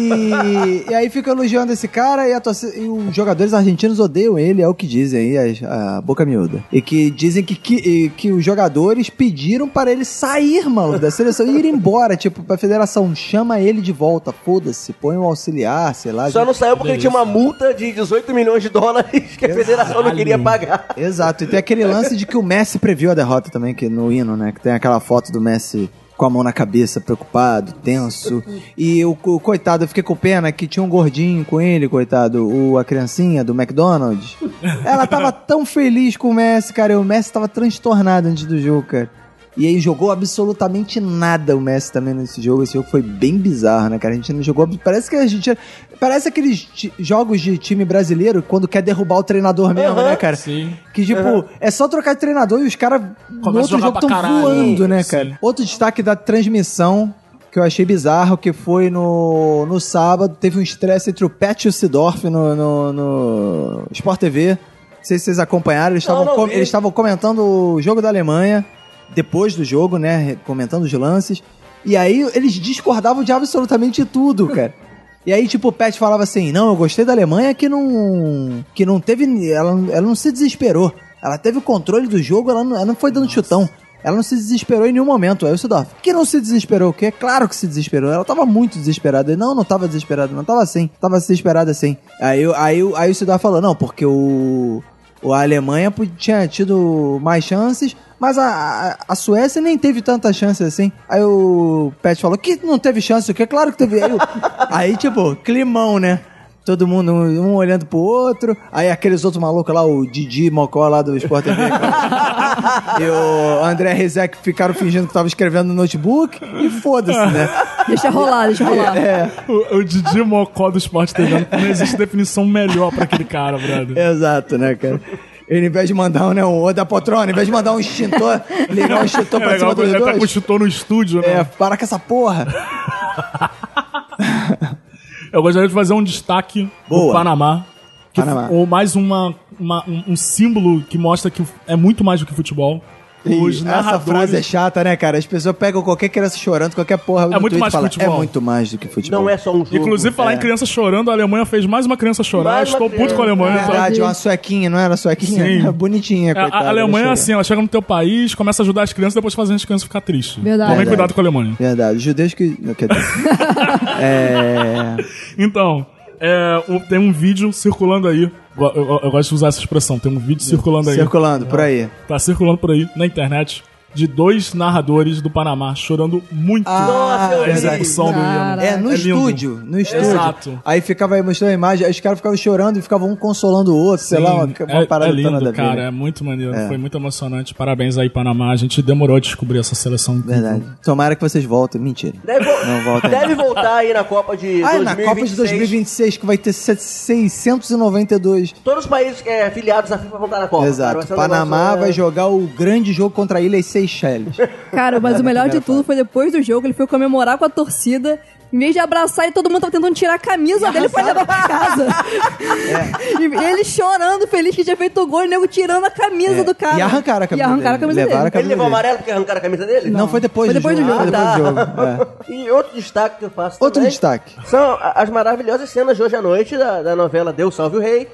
E, e aí fica elogiando esse cara e, a torcida- e os jogadores argentinos odeiam ele, é o que dizem aí, a, a boca miúda. E que dizem que, que, e que os jogadores pediram para ele sair, maluco, da seleção e ir embora, tipo, pra federação. Chama ele de volta, foda-se, põe um auxiliar, sei lá.
Só não saiu porque ele tinha uma multa de 18 milhões de dólares que a federação não queria pagar.
Exato, e tem aquele lance de que o Messi previu a derrota também, que no hino, né? Que tem aquela foto do Messi com a mão na cabeça, preocupado, tenso. E o, co- coitado, eu fiquei com pena que tinha um gordinho com ele, coitado, o, a criancinha do McDonald's. Ela tava tão feliz com o Messi, cara, e o Messi tava transtornado antes do jogo, cara. E aí jogou absolutamente nada o Messi também nesse jogo. Esse jogo foi bem bizarro, né, cara? A gente não jogou. Parece que a gente. Parece aqueles ti- jogos de time brasileiro quando quer derrubar o treinador mesmo,
Aham.
né, cara?
Sim.
Que, tipo, é só trocar de treinador e os caras no
Começa a
outro
jogar
jogo
pra
estão
caralho.
voando, né,
Sim.
cara? Outro destaque da transmissão que eu achei bizarro, que foi no, no sábado, teve um estresse entre o Pat e o Sidorf no, no, no Sport TV. Não sei se vocês acompanharam, eles
Não,
estavam
não
com-
vi.
eles estavam comentando o jogo da Alemanha, depois do jogo, né, comentando os lances. E aí eles discordavam de absolutamente tudo, cara. E aí, tipo, o Pet falava assim: não, eu gostei da Alemanha que não. que não teve. Ela, ela não se desesperou. Ela teve o controle do jogo, ela não, ela não foi dando chutão. Ela não se desesperou em nenhum momento. Aí o Sudorf, que não se desesperou? O quê? Claro que se desesperou. Ela tava muito desesperada. Ele, Não, não tava desesperada, não tava assim. Tava desesperada assim. Aí, o- aí, o- aí o Sudorf falou: não, porque o. o- A Alemanha pod- tinha tido mais chances, mas a, a, a Suécia nem teve tanta chance assim. Aí o Pet falou que não teve chance, o quê? Claro que teve. Aí, o- aí, tipo, climão, né? Todo mundo, um olhando pro outro. Aí aqueles outros malucos lá, o Didi Mocó lá do Sport TV. assim, e o André Rezek ficaram fingindo que tava escrevendo no notebook. E foda-se, né?
Deixa rolar, deixa rolar.
É,
O, o Didi Mocó do Esporte TV. Não existe definição melhor pra aquele cara, brother.
exato, né, cara? Ele, em vez de mandar um, né, um da poltrona, em vez de mandar um extintor, ligar um extintor pra
É
cima
legal quando
dos
ele tá com o
dois.
chutor no estúdio, né?
É, para com essa porra.
Eu gostaria de fazer um destaque
Boa.
do Panamá. que
Panamá.
f- Ou mais uma, uma- um, um símbolo que mostra que é muito mais do que futebol. Os
Ih, Essa
narradores.
frase é chata, né, cara? As pessoas pegam qualquer criança chorando, qualquer porra.
muito mais que
fala,
futebol.
É muito mais do que futebol.
Não é só um jogo.
Inclusive, falar em criança chorando, a Alemanha fez mais uma criança chorar.
Mais uma
Estou puto
criança.
com a Alemanha.
É Verdade, uma suequinha, não era suequinha?
é
É
Sim.
Bonitinha,
A-
coitada.
a, Alemanha é
era
assim, ela chega no teu país, começa a ajudar as crianças, depois faz as crianças ficar tristes.
Verdade.
Tomem
Verdade.
cuidado com a Alemanha.
Verdade, os judeus que... não, quer dizer. é...
Então, é, o- tem um vídeo circulando aí. Eu, eu- eu gosto de usar essa expressão. Tem um vídeo circulando aí.
Circulando, por aí.
Tá circulando por aí, na internet, de dois narradores do Panamá chorando muito.
Nossa, eu
a
vi.
execução do hino.
Caraca.
Ah, É, no
É lindo.
estúdio, no estúdio.
Exato.
Aí ficava aí mostrando a imagem, aí os caras ficavam chorando e ficavam um consolando o outro, sei lá, uma, uma parada
é, é
tão nada a
lindo,
ver,
cara.
né?
É muito maneiro. Foi muito emocionante. Parabéns aí, Panamá. A gente demorou a descobrir essa seleção. incrível.
Verdade. Tomara que vocês voltem. Mentira.
Deve, vo-
Não volta ainda.
deve voltar aí na Copa de
Ah,
2026.
na Copa de 2026, que vai ter 692.
Todos os países é, afiliados à FIFA vão estar na Copa. cara. Vai
Exato.
ser um
Panamá
negócio, é,
vai jogar o grande jogo contra a Ilha e Seychelles.
Cara, mas o melhor
É
de
Primeira
tudo foi depois do jogo, ele foi comemorar com a torcida. Em vez de abraçar e todo mundo tava tentando tirar a camisa dele pra levar pra casa.
É.
E ele chorando, feliz que tinha feito o gol, e o nego tirando a camisa do cara.
É. E arrancaram a camisa
E arrancaram a
dele.
camisa
Levaram a
dele.
camisa
Ele levou
dele.
amarelo porque arrancaram a camisa dele?
Não, foi depois,
Foi depois
do
do
jogo.
jogo.
Foi depois
Ah,
do jogo. é.
E outro destaque que eu faço
Outro
também
destaque.
São a- as maravilhosas cenas de hoje à noite da, da novela Deus Salve o Rei.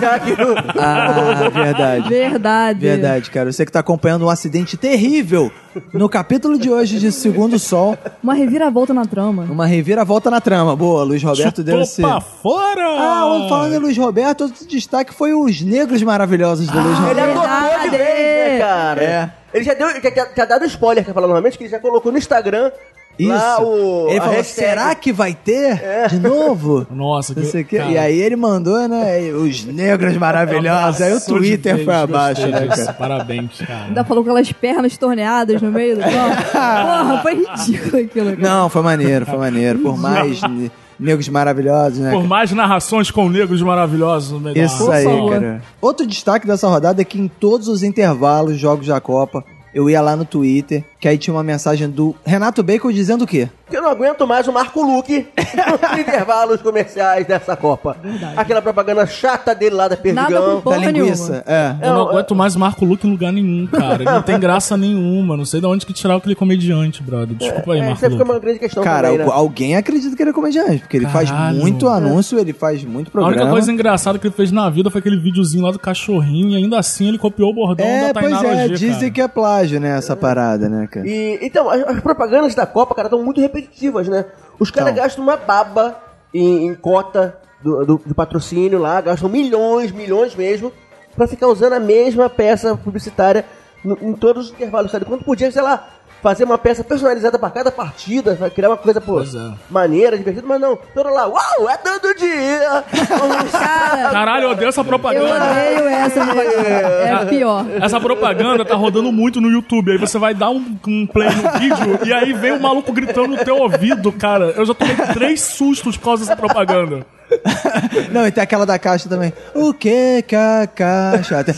Já que o-
Ah, verdade.
Verdade.
Verdade, cara. Você que tá acompanhando um acidente terrível no capítulo de hoje de Segundo Sol,
Uma reviravolta na trama.
uma reviravolta na trama. Boa, Luiz Roberto deu
Chutou
esse.
pra fora!
Ah, falando em Luiz Roberto, outro destaque foi os negros maravilhosos do Luiz
Ele
Roberto.
adotou de
Verdade.
vez, né, cara?
É.
Ele já deu, já, já- já dado spoiler, quer falar novamente, que ele já colocou no Instagram
Isso.
lá o.
ele
a
falou:
hashtag.
será que vai ter de novo?
Nossa,
Não sei o quê.
cara,
E aí ele mandou, né? Os negros maravilhosos. Aí o
abraçou
Twitter
de
foi
vez,
abaixo,
gostei
né,
disso.
cara?
Parabéns, cara.
Ainda falou com aquelas pernas torneadas no meio do campo. Porra, foi ridículo aquilo. cara.
Não, foi maneiro, foi maneiro. Por mais ne- negros maravilhosos, né?
Por mais narrações com negros maravilhosos, né, melhor.
Isso
Por
aí,
favor.
cara. Outro destaque dessa rodada é que em todos os intervalos, jogos da Copa, eu ia lá no Twitter que aí tinha uma mensagem do Renato Bacon dizendo o quê?
Porque eu não aguento mais o Marco Luque nos intervalos comerciais dessa Copa. Aquela propaganda chata dele lá da Perdigão.
Porra
da linguiça. É.
Eu não aguento mais Marco Luque em lugar nenhum, cara. Ele não tem graça nenhuma. Não sei de onde que tiraram aquele comediante, brother. Desculpa aí,
É,
Marco
Isso aí fica
Luque.
uma grande questão
Cara,
também, né?
algu- alguém acredita que ele é comediante, porque ele faz
Caralho.
muito anúncio, ele faz muito
A
programa.
única coisa engraçada que ele fez na vida foi aquele videozinho lá do cachorrinho e ainda assim ele copiou o bordão
é,
da Tainara
pois é,
G,
dizem
cara.
que é plágio, né, essa parada, né, cara?
E, então, as, as propagandas da Copa, cara, estão muito repetitivas, né? Os caras
Então.
Tão.
gastam uma baba em, em cota do, do- de patrocínio lá, gastam milhões, milhões mesmo, pra ficar usando a mesma peça publicitária no- em todos os intervalos, sabe? Quando podia, sei lá, fazer uma peça personalizada pra cada partida, pra criar uma coisa, pô,
Pois é.
maneira, divertida, mas não. Toda lá, uau, é todo dia! Tá
Cara,
Caralho, eu odeio essa
eu
propaganda.
odeio essa propaganda. É a pior.
Essa propaganda tá rodando muito no YouTube. Aí você vai dar um, um play no vídeo e aí vem o maluco gritando no teu ouvido, cara. Eu já tomei três sustos por causa dessa propaganda.
Não, e tem aquela da caixa também. O que que a caixa... tem?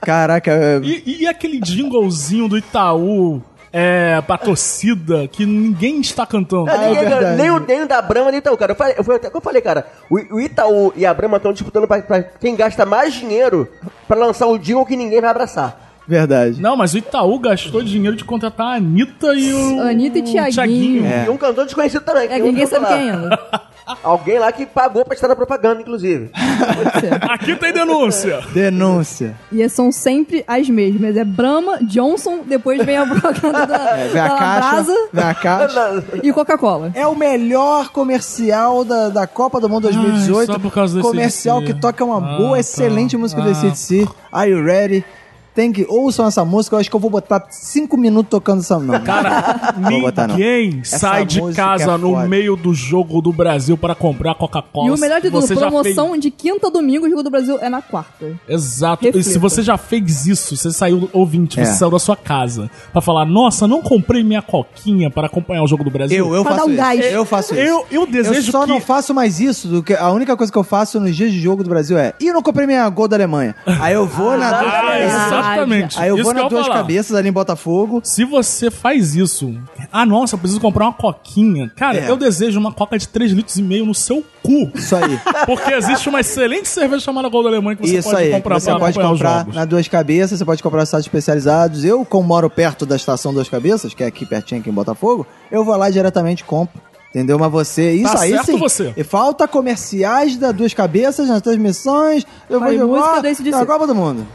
Caraca, é eu-
E, e aquele jinglezinho do Itaú é, pra torcida que ninguém está cantando?
Ah,
é
ninguém ganha.
verdade.
nem o nem o da Brahma, nem o Itaú, cara. Eu falei, eu, fui até, eu falei, cara, o, o Itaú e a Brahma estão disputando pra, pra quem gasta mais dinheiro pra lançar o jingle que ninguém vai abraçar.
verdade.
Não, mas o Itaú gastou dinheiro de contratar a Anitta e o.
Anitta e
o
Thiaguinho.
E um cantor desconhecido também.
É que
eu
ninguém
nunca
sabe
ouvi
quem
falar.
ainda.
Alguém lá que pagou pra estar na propaganda, inclusive.
Pode ser.
Aqui tem denúncia.
Denúncia.
E são sempre as mesmas. É Brahma, Johnson, depois vem a propaganda da,
É, vem a
da
caixa,
Brasa
vem a caixa.
e Coca-Cola.
É o melhor comercial da, da Copa do Mundo 2018.
Ai, só por causa desse
comercial
DC.
que toca uma
Ah,
boa,
tá.
excelente música do
Ah.
ACDC. Are you ready? Tem que ouçam essa música. Eu acho que eu vou botar cinco minutos tocando essa não.
Cara,
Não vou botar, não.
ninguém
Essa
sai de
música
casa
é
no
foda.
meio do jogo do Brasil para comprar Coca-Cola.
E o melhor de
Se
tudo,
você já
promoção de quinta a domingo, o Jogo do Brasil é na quarta.
Exato. E se
Reflita.
você já fez isso, você saiu ouvinte,
É.
você saiu da sua casa pra falar: Nossa, não comprei minha coquinha para acompanhar o jogo do Brasil.
Eu, eu
Pra dar
faço
um
isso.
gás.
Eu faço isso.
eu, eu desejo
Eu só
que.
não faço mais isso do que. A única coisa que eu faço nos dias de jogo do Brasil é. Ih, não comprei minha gol da Alemanha. Aí eu vou na. duas
Ah,
cabeças.
exatamente.
Aí eu
Isso
vou
que
na duas
falar.
cabeças ali em Botafogo.
Se você faz isso, ah, nossa, eu preciso comprar uma coquinha. Cara,
É.
eu desejo uma coca de 3 litros e meio no seu cu.
Isso aí.
Porque existe uma excelente cerveja chamada Gol da Alemanha que você
Isso
pode
aí,
comprar
que você
pra
pode
acompanhar os
comprar
jogos.
na Duas Cabeças, você pode comprar nos sites especializados. Eu, como moro perto da estação Duas Cabeças, que é aqui pertinho, aqui em Botafogo, eu vou lá e diretamente e compro. Entendeu? Mas você, isso aí
Tá certo
sim.
você.
E falta comerciais da Duas Cabeças nas transmissões. Eu
Vai,
vou
música
jogar
do AC/DC.
na Copa do Mundo.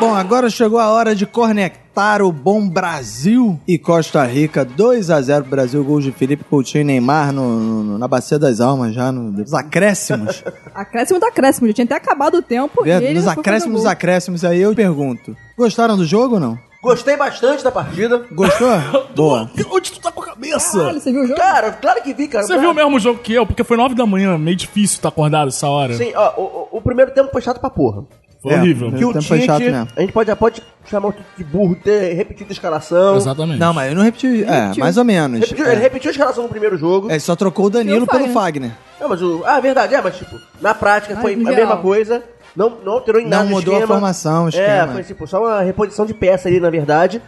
Bom, agora chegou a hora de conectar o bom Brasil e Costa Rica. 2 a 0 pro Brasil, gols de Felipe Coutinho e Neymar no- no- na Bacia das Almas, já no- nos acréscimos.
Acréscimo do acréscimo, já tinha até acabado o tempo.
Ver-
e ele
nos
já foi
acréscimos, nos
fazer
acréscimos, aí eu pergunto. Gostaram do jogo ou não?
Gostei bastante da partida.
Gostou? Boa.
Onde tu tá com a
gol.
cabeça?
Caralho, você viu o jogo?
Cara, claro que vi, cara.
Você viu o mesmo jogo que eu? Porque foi 9 da manhã, meio difícil estar acordado essa hora.
Sim, ó, o, o- o primeiro tempo foi chato pra porra.
Foi
É.
horrível.
O
Que o
tempo foi
Tite,
chato mesmo.
a gente pode, já pode chamar o Tite de burro, ter repetido a escalação.
Então, Exatamente.
Não, mas eu não repeti. É, mais ou menos.
Repetiu, Ele repetiu a escalação no primeiro jogo.
É, só trocou o Danilo
E o Fagner?
pelo Fagner.
Não, mas o... Ah, é verdade, é, mas tipo, na prática
Mas,
foi a
no
mesma
geral.
coisa. Não, não alterou em
Não
nada o
mudou a
esquema.
formação, o
É,
esquema.
foi tipo, só uma reposição de peça ali, na verdade.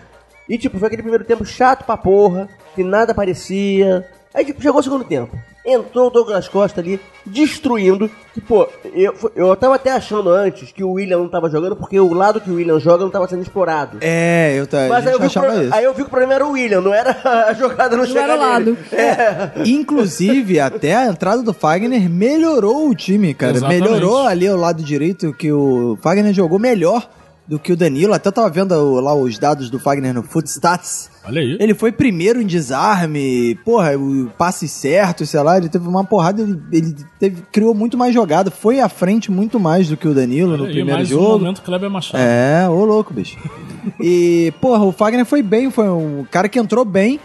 E tipo, foi aquele primeiro tempo chato pra porra, que nada parecia. Aí tipo, chegou o segundo tempo. Entrou o Douglas Costa ali, destruindo. Que, pô, eu, eu tava até achando antes que o William não tava jogando, porque o lado que o William joga não tava sendo explorado.
É, eu, tá, a
Mas aí
gente
eu, vi que o
achava
pro-
isso.
aí eu vi que o problema era o William, não era a jogada no
Não era o lado.
Inclusive, até a entrada do Fagner melhorou o time, cara.
Exatamente.
Melhorou ali o lado direito, que o Fagner jogou melhor do que o Danilo. Até eu tava vendo o- lá os dados do Fagner no Footstats.
Olha aí.
Ele foi primeiro em desarme, porra, o passe certo, sei lá, ele teve uma porrada, ele, ele teve- criou muito mais jogada, foi à frente muito mais do que o Danilo no
Olha aí,
primeiro
mais um
jogo.
momento Kleber Machado.
é, ô louco, bicho. e, porra, o Fagner foi bem, foi um cara que entrou bem,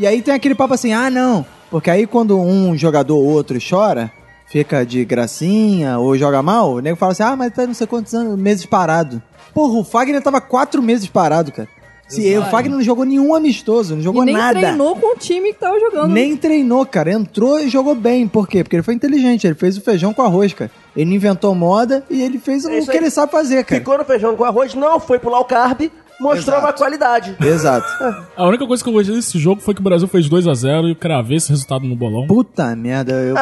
e aí tem aquele papo assim, ah, não, porque aí quando um jogador ou outro chora, fica de gracinha ou joga mal, o nego fala assim, ah, mas tá não sei quantos anos, meses parado. Porra, o Fagner tava quatro meses parado, cara. Se o Fagner não jogou nenhum amistoso, não jogou
e nem
nada.
treinou com o time que tava jogando.
Nem treinou, cara. Entrou e jogou bem. Por quê? Porque ele foi inteligente. Ele fez o feijão com arroz, cara. Ele não inventou moda e ele fez o
isso
que
aí.
ele sabe fazer, cara.
Ficou no feijão com arroz, não foi pular o carb, mostrou
Exato.
uma qualidade.
Exato.
A única coisa que eu gostei desse jogo foi que o Brasil fez 2x0 e eu cravei esse resultado no bolão.
Puta merda, eu,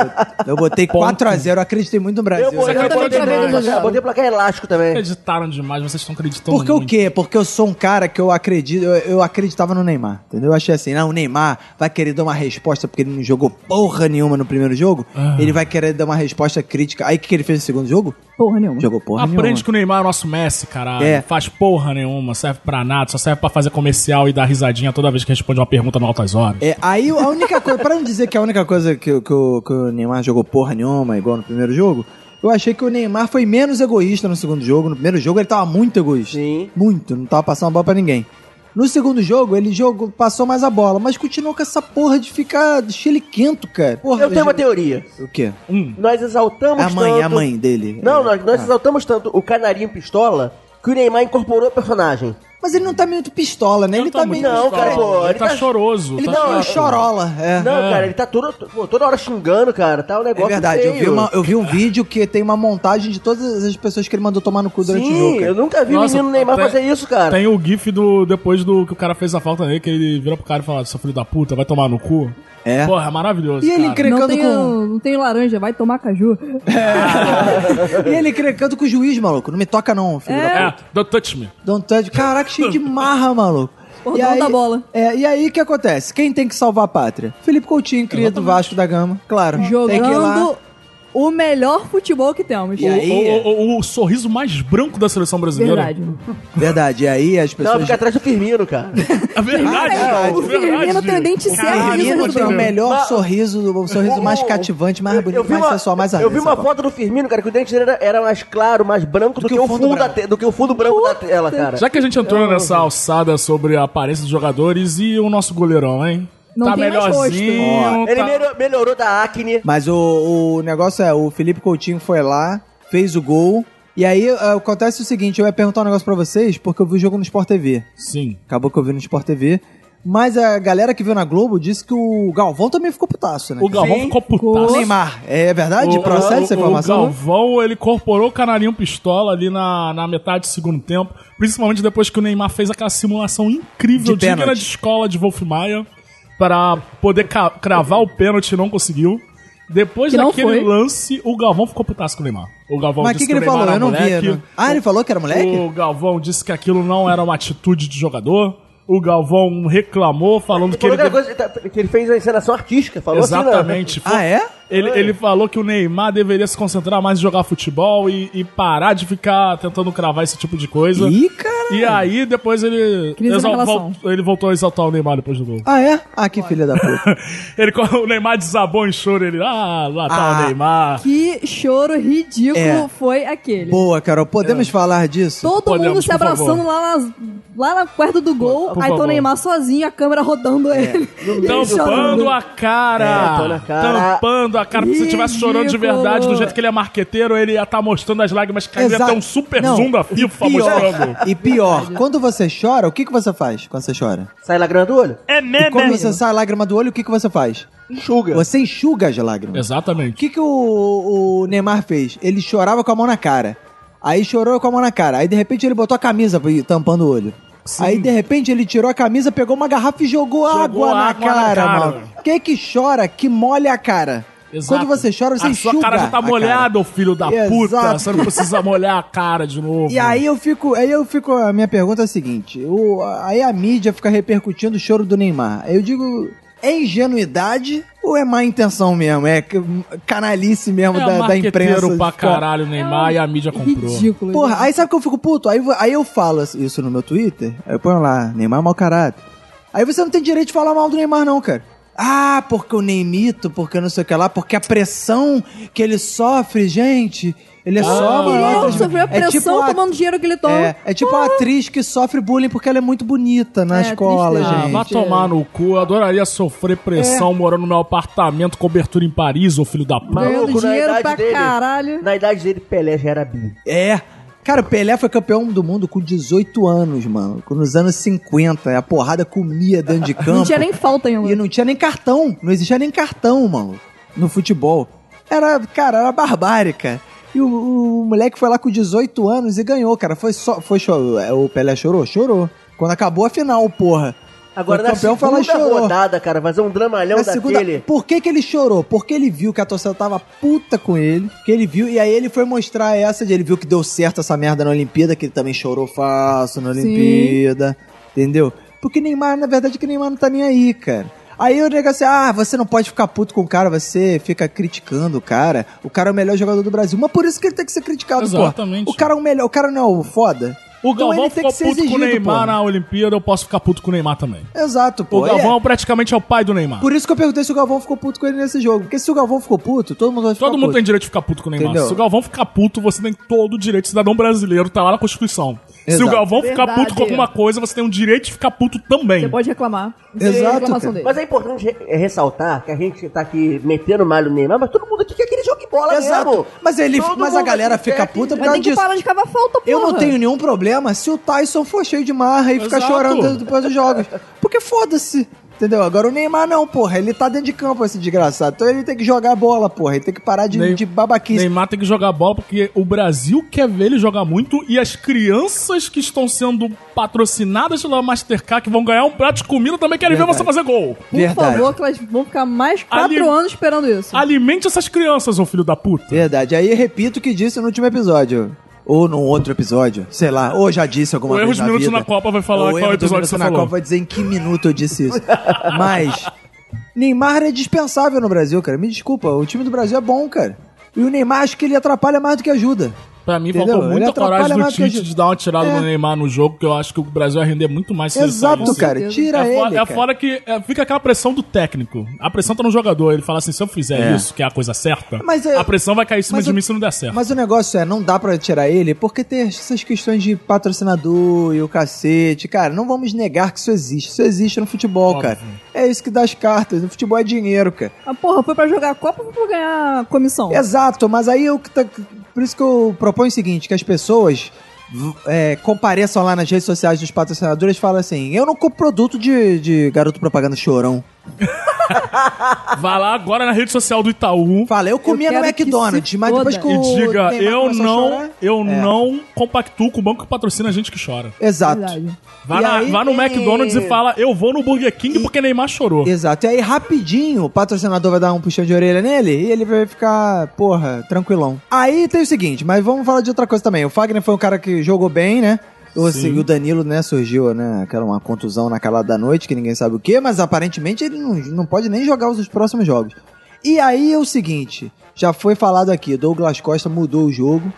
eu botei 4x0, eu acreditei muito no Brasil. né?
Eu botei,
acreditou
botei,
demais.
placar- botei placar elástico também.
Acreditaram demais, vocês estão acreditando
Porque
muito.
o quê? Porque eu sou um cara que eu acredito, eu, eu acreditava no Neymar, entendeu? Eu achei assim, não, o Neymar vai querer dar uma resposta porque ele não jogou porra nenhuma no primeiro jogo,
Ah.
ele vai querer dar uma resposta crítica. Aí o que, que ele fez no segundo jogo?
Porra nenhuma.
Jogou porra
Aprende
nenhuma.
que o Neymar é o nosso Messi, caralho.
É.
Faz porra nenhuma, serve pra nada, só serve pra fazer comercial e dar risadinha toda vez que responde uma pergunta no Altas Horas.
É, aí a única coisa, pra não dizer que a única coisa que, o- que o, que o Neymar jogou porra nenhuma, igual no primeiro jogo, eu achei que o Neymar foi menos egoísta no segundo jogo. No primeiro jogo ele tava muito egoísta.
Sim.
Muito, não tava passando a bola pra ninguém. No segundo jogo, ele jogou, passou mais a bola, mas continuou com essa porra de ficar chiliquento, cara. Porra,
Eu tenho uma
jo-
teoria.
O quê?
Um.
Nós exaltamos
A mãe,
tanto...
a mãe dele.
Não,
É.
nós, nós
Ah.
exaltamos tanto o canarinho pistola que o Neymar incorporou o personagem.
Mas ele não tá muito pistola, né? Ele tá meio.
não, cara, pô,
ele,
ele
tá,
tá- um
choroso.
Ele
tá
tá meio
choroso.
chorola. É.
Não,
É.
cara, ele tá todo, pô, toda hora xingando, cara. Tá um negócio
É verdade, eu vi,
feio.
uma- eu vi um vídeo que tem uma montagem de todas as pessoas que ele mandou tomar no cu durante o
Sim,
jogo. cara.
eu nunca vi o
Nossa,
menino Neymar
tem-
fazer isso, cara.
Tem o gif do depois do que o cara fez a falta nele, que ele vira pro cara e fala, seu filho da puta, vai tomar no cu.
É.
Porra, é maravilhoso,
E ele
cara.
crecando
Não tem,
com.
não tem laranja, vai tomar caju.
E ele crecando com o juiz, maluco. Não me toca, não, filho. da-
É, don't touch me.
Don't touch. Caraca, cheio de marra, maluco.
O dono um da bola.
É, e aí o que acontece? Quem tem que salvar a pátria? Felipe Coutinho, cria do Vasco da Gama. Claro. Tem que ir lá.
Jogando o melhor futebol que temos.
E é. aí?
O, o- o- o sorriso mais branco da seleção brasileira.
Verdade.
Verdade. E aí as
Não,
pessoas.
fica atrás do Firmino, cara.
É verdade.
Cara,
é
o Firmino tem o dente certo. né,
Caralho, é
ele
Firmino
sorriso
tem o
branco.
melhor
Mas-
sorriso, o sorriso mais cativante, mais bonito, mais sensual, mais
Eu vi
arreso,
uma
pô.
foto do Firmino, cara, que o dente dele era, era mais claro, mais branco do, que, o fundo, da
branco.
te- do que o fundo branco da tela, cara.
Já que a gente entrou nessa alçada sobre a aparência dos jogadores e o nosso goleirão, hein?
Não
tá
tem mais né?
melhorzinho.
rosto.
Ele
tá-
melho- melhorou da acne.
Mas o, o negócio é, o Felipe Coutinho foi lá, fez o gol. E aí eh, acontece o seguinte, eu ia perguntar um negócio pra vocês, porque eu vi o jogo no Sport TV.
Sim.
Acabou que eu vi no Sport TV. Mas a galera que viu na Globo disse que o Galvão também ficou putaço, né?
O Galvão
Sim.
ficou
O
putaço.
Neymar. É verdade?
O-
Procede essa
o- O
informação? né?
Galvão, ele incorporou o Canarinho Pistola ali na, na metade do segundo tempo, principalmente depois que o Neymar fez aquela simulação incrível,
De
digna
pênalti.
de escola de Wolf Maia, para poder ca- cravar o pênalti e não conseguiu. Depois
Que não
daquele
foi.
lance, o Galvão ficou putasso com o Neymar. O Galvão
Mas o
disse
que, que ele
o
falou?
Neymar
Eu
era
não
moleque.
vi. né? Ah, ele falou que era moleque?
O Galvão disse que aquilo não era uma atitude de jogador. O Galvão reclamou, falando
Ele
que ele.
falou aquela
deve-
coisa que tá- que ele fez a encenação artística, falou assim,
Exatamente. Foi-
Ah, é?
Ele, ele falou que o Neymar deveria se concentrar mais em jogar futebol e, e parar de ficar tentando cravar esse tipo de coisa.
Ih, cara.
E aí, depois ele,
Crise na
exal-
relação.
vol- ele voltou a exaltar o Neymar depois do gol.
Ah, é? Ah, que filha da puta.
Ele, o Neymar desabou em choro, ele, ah, lá tá
Ah.
o Neymar.
Que choro ridículo
É.
foi aquele.
Boa, Carol.
É.
Podemos falar disso?
Todo
Podemos,
mundo se
por
abraçando
favor.
lá, nas, lá na quarta do gol.
por
aí tá
favor. É.
o Neymar sozinho, a câmera rodando ele. E ele chorando.
Tampando a cara.
É, tô na cara.
Tampando a cara. Porque se estivesse chorando de
Ridículo.
verdade, do jeito que ele é marqueteiro, ele ia estar mostrando as lágrimas caindo. Ia
Exato.
ter um super
Não,
zoom da
e
FIFA mostrando.
pior, e pior, quando você chora, o que, que você faz quando você chora?
Sai lagrando do olho?
É
E quando
meme.
você sai a lágrima do olho, o que, que você faz?
Enxuga.
Você enxuga as lágrimas. O
Exatamente.
que, que o, o Neymar fez? Ele chorava com a mão na cara. Aí chorou com a mão na cara. Aí de repente ele botou a camisa pra ir tampando o olho.
Sim.
Aí de repente ele tirou a camisa, pegou uma garrafa e jogou, água, na
água na
cara,
cara.
mano. Quem que chora que molha a cara?
Exato.
Quando você chora, você
a
enxuga.
sua cara já
a
tá molhada, ô filho da
Exato.
puta. Você não precisa molhar a cara de novo.
E aí eu fico, aí eu fico, a minha pergunta é a seguinte, o- aí a mídia fica repercutindo o choro do Neymar. Eu digo, é ingenuidade ou é má intenção mesmo? É c- canalice
é
mesmo da, da
marqueteiro
imprensa. de É um
pra
ficar-
caralho, Neymar, e a mídia comprou.
É um Ridículo.
Porra, aí sabe que eu fico puto? Aí, vo- aí eu falo isso no meu Twitter, aí eu ponho lá, Neymar mau caráter. Aí você não tem direito de falar mal do Neymar não, cara. Ah, porque o Neymito, porque não sei o que lá, porque a pressão que ele sofre, gente, ele é só...
E
malandro.
Ah, ele sofreu a pressão
é tipo a-
tomando um dinheiro que ele toma.
é, é tipo a atriz que sofre bullying porque ela é muito bonita na
É,
escola,
triste,
Ah,
gente. É.
vá tomar no cu. Eu adoraria sofrer pressão morando no meu apartamento, cobertura em Paris, ô filho da puta.
Ganhando dinheiro pra caralho.
Na idade dele, Pelé já era bi.
É. Cara, o Pelé foi campeão do mundo com 18 anos, mano. Nos anos 50, a porrada comia dentro de campo.
Não tinha nem falta ainda.
E não tinha nem cartão. Não existia nem cartão, mano, no futebol. Era, cara, era barbárica. E o, o moleque foi lá com 18 anos e ganhou, cara. Foi só. Foi chorou. É, O Pelé chorou? Chorou. Quando acabou a final, porra. O
Agora, na
campeão
segunda
foi lá e chorou.
rodada, cara, fazer um dramalhão
Na
daquele...
segunda, por que, que ele chorou? Porque ele viu que a torcida tava puta com ele, que ele viu, e aí ele foi mostrar essa de ele viu que deu certo essa merda na Olimpíada, que ele também chorou fácil na
Sim.
Olimpíada, entendeu? Porque Neymar, na verdade, que Neymar não tá nem aí, cara. Aí o nego assim, ah, você não pode ficar puto com o cara, você fica criticando o cara. O cara é o melhor jogador do Brasil. Mas por isso que ele tem que ser criticado, pô.
Exatamente.
O cara é o melhor, o cara não é o foda.
O
Então
Galvão
ele tem
ficou
que ser
puto com o
exigido,
Neymar
pô.
na Olimpíada, eu posso ficar puto com o Neymar também.
Exato, pô.
o
Ele é-
Galvão praticamente é o pai do Neymar.
Por isso que eu perguntei se o Galvão ficou puto com ele nesse jogo. Porque se o Galvão ficou puto, todo mundo vai ficar
Todo mundo
puto.
tem direito de ficar puto com o Neymar.
Entendeu?
Se o Galvão ficar puto, você tem todo o direito. Cidadão brasileiro tá lá na Constituição. Se
Exato.
o Galvão ficar
Verdade.
puto com alguma coisa, você tem o direito de ficar puto também.
Você pode reclamar. Você
Exato,
reclamação
cara.
dele.
Mas é importante re- é ressaltar que a gente tá aqui metendo malho no Neymar, mas todo mundo aqui quer que ele jogue bola mesmo.
Exato. Mas, ele,
Todo
mas a
mundo
galera
aqui
fica
quer que-
puta por
Mas
causa
tem que
disso.
parar de cavar falta, porra.
Eu não tenho nenhum problema se o Tyson for cheio de marra e ficar
Exato.
chorando depois dos jogos. Porque foda-se. Entendeu? Agora o Neymar não, porra. Ele tá dentro de campo, esse desgraçado. Então ele tem que jogar bola, porra. Ele tem que parar de,
Ney-
de babaquice.
Neymar tem que jogar bola porque o Brasil quer ver ele jogar muito e as crianças que estão sendo patrocinadas pela Mastercard, que vão ganhar um prato de comida, também querem ver
Verdade.
você fazer gol.
Por
Verdade.
favor, que elas vão ficar mais quatro
Ali-
anos esperando isso.
Alimente essas crianças, ô filho da puta.
Verdade. Aí repito o que disse no último episódio. Ou num outro episódio, sei lá, ou já disse alguma
O
coisa.
Erros
vez na
Minutos
vida.
na Copa vai falar
O
qual
Erro do
episódio
Minutos
você
na
falou.
Copa vai dizer em que minuto eu disse isso. Mas Neymar é dispensável no Brasil, cara. Me desculpa, o time do Brasil é bom, cara. E o Neymar acho que ele atrapalha mais do que ajuda.
Pra mim,
Entendeu?
faltou
Ele
muita
atrapalha
coragem do
mais que a
Tite
gente.
de dar uma tirada
É.
no Neymar no jogo, que eu acho que o Brasil vai render muito mais se ele sair
Exato,
assim.
cara.
certeza.
Tira
é,
ele.
fora, é
cara.
fora que é, fica aquela pressão do técnico. A pressão tá no jogador. Ele fala assim: se eu fizer
É.
isso, que é a coisa certa,
Mas é-
a pressão vai cair em cima
mas
de
o-
mim se não der certo.
Mas o negócio é, não dá pra tirar ele porque tem essas questões de patrocinador e o cacete. Cara, não vamos negar que isso existe. Isso existe no futebol,
Óbvio.
cara. É isso que dá as cartas. No futebol é dinheiro, cara.
Ah, porra, foi pra jogar a Copa ou foi pra ganhar comissão?
Exato, mas aí eu. que tá- Por isso que eu proponho o seguinte: que as pessoas v- é, compareçam lá nas redes sociais dos patrocinadores e falem assim: eu não compro produto de, de garoto propaganda chorão.
Vai lá agora na rede social do Itaú
Fala, eu comia
quero
no
que
McDonald's,
se
mas depois que
foda.
o.
e diga:
Neymar
eu
começou a
não,
chorar-
eu
É.
não compactuo com o banco que patrocina a gente que chora.
Exato.
Verdade.
Vai,
E
na-
aí
vai no
tem-
McDonald's e fala: eu vou no Burger King porque Neymar chorou.
Exato. E aí, rapidinho, o patrocinador vai dar um puxão de orelha nele e ele vai ficar, porra, tranquilão. Aí tem o seguinte, mas vamos falar de outra coisa também. O Fagner foi um cara que jogou bem, né? O,
Sim.
o Danilo, né, surgiu, né, aquela uma contusão na calada da noite, que ninguém sabe o que, mas aparentemente ele não, não pode nem jogar os, os próximos jogos. E aí é o seguinte, já foi falado aqui, Douglas Costa mudou o jogo,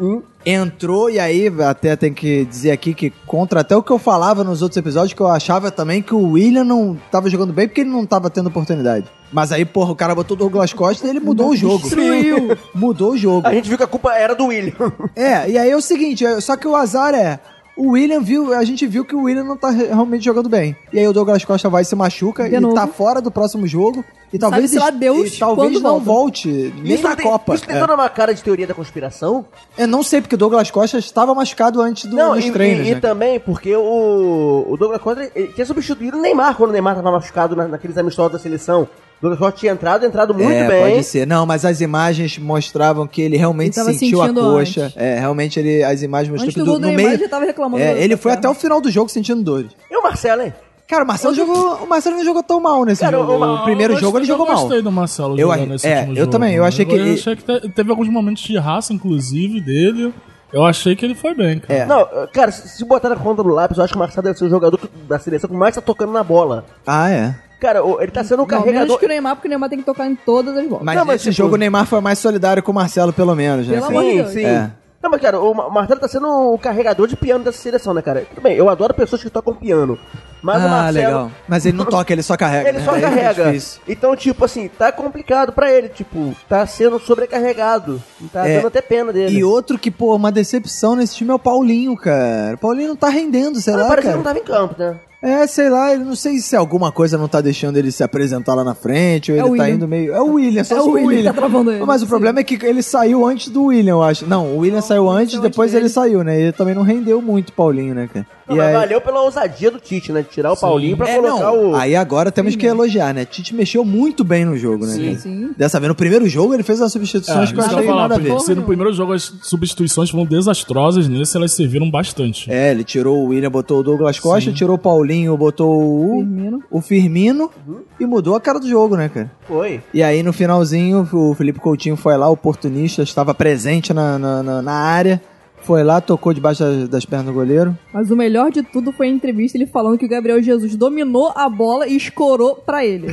Hum.
entrou e aí até tem que dizer aqui que contra até o que eu falava nos outros episódios que eu achava também que o William não tava jogando bem porque ele não tava tendo oportunidade. Mas aí, porra, o cara botou o Douglas Costa e ele mudou o jogo.
Destruiu.
Mudou o jogo.
A gente viu que a culpa era do William.
É, e aí é o seguinte, é- só que o azar é o William viu, a gente viu que o William não tá re- realmente jogando bem. E aí o Douglas Costa vai e se machuca
De
e
novo.
tá fora do próximo jogo e talvez
Sabe-se lá
es-
Deus
e talvez
quando
não
volta.
volte nem na
tem,
Copa.
Isso tem
É.
toda uma cara de teoria da conspiração.
Eu não sei porque o Douglas Costa estava machucado antes do, dos
e,
treinos,
e, e
né?
também porque o, o Douglas Costa ele tinha substituído o Neymar quando o Neymar tava machucado na, naqueles amistosos da seleção. O Douglas Costa tinha entrado, entrado muito
é,
bem.
pode ser. Não, mas as imagens mostravam que ele realmente
Ele tava
sentiu a
sentindo
coxa.
antes.
É, realmente ele, as imagens
Antes
mostravam do-
do gol do
no
Neymar,
meio.
ele já tava reclamando.
É,
da-
ele
da
foi
perna.
até o final do jogo sentindo dores.
E o Marcelo, hein?
Cara, o Marcelo jogou. O Marcelo não jogou tão mal nesse
Cara,
jogo.
o Ma-
O primeiro
Eu
jogo ele
gostei-
jogou
Eu
mal.
gostei do Marcelo
Eu
jogando
acho-
nesse
é,
último
eu
jogo.
também, eu achei que
Eu
ele-
achei que te- teve alguns momentos de raça, inclusive, dele. Eu achei que ele foi bem, cara.
É.
Não, cara, se se botar a conta no lápis, eu acho que o Marcelo deve ser o jogador que- da seleção que mais tá tocando na bola.
Ah, é.
Cara, o- ele tá sendo o
Não, menos
carregador.
que o Neymar, porque o Neymar tem que tocar em todas as bolas.
Mas,
Não, mas
nesse
tipo-
jogo o Neymar foi mais solidário com o Marcelo, pelo menos, né?
Pelo
cara?
amor de
Sim,
Deus.
sim.
É.
Não, mas cara, o Ma- Marcelo tá sendo o carregador de piano dessa seleção, né, cara? Tudo bem, eu adoro pessoas que tocam piano. Mas o
Ah,
Marcelo.
legal. Mas ele não toca, ele só carrega.
Ele
né?
só
Aí fica
carrega.
difícil.
Então, tipo assim, tá complicado pra ele, tipo, tá sendo sobrecarregado. Tá
É.
dando até pena dele.
E outro que, pô, uma decepção nesse time é o Paulinho, cara. O Paulinho não tá rendendo, sei
Ah,
lá,
parece
cara.
que não tava em campo, né?
É, sei lá, ele não sei se alguma coisa não tá deixando ele se apresentar lá na frente, ou
É
ele
o
tá
William.
indo meio. É o William, só
É o
se for
William que tá travando ele.
Mas o problema é que ele saiu antes do William, eu acho. Não, o William saiu antes,
saiu
depois
antes dele.
ele saiu, né? Ele também não rendeu muito, Paulinho, né, cara?
Não,
E
mas
aí-
valeu pela ousadia do Tite, né? De tirar o
Sim.
Paulinho pra
É,
colocar
não,
o.
Aí agora temos que elogiar, né? Tite mexeu muito bem no jogo, né? cara?
Sim.
Dessa vez, no primeiro jogo, ele fez as substituições
É,
que eu
isso que eu
achei
ia falar,
nada a ver.
porque se no primeiro jogo as substituições foram desastrosas, nesse elas serviram bastante.
É, ele tirou o William, botou o Douglas Costa, tirou o Paulinho, botou o
Firmino.
o Firmino e mudou a cara do jogo, né, cara?
Foi.
E aí, no finalzinho, o Felipe Coutinho foi lá, oportunista, estava presente na, na, na- na área, foi lá, tocou debaixo das, das pernas do goleiro.
Mas o melhor de tudo foi a entrevista ele falando que o Gabriel Jesus dominou a bola e escorou pra ele.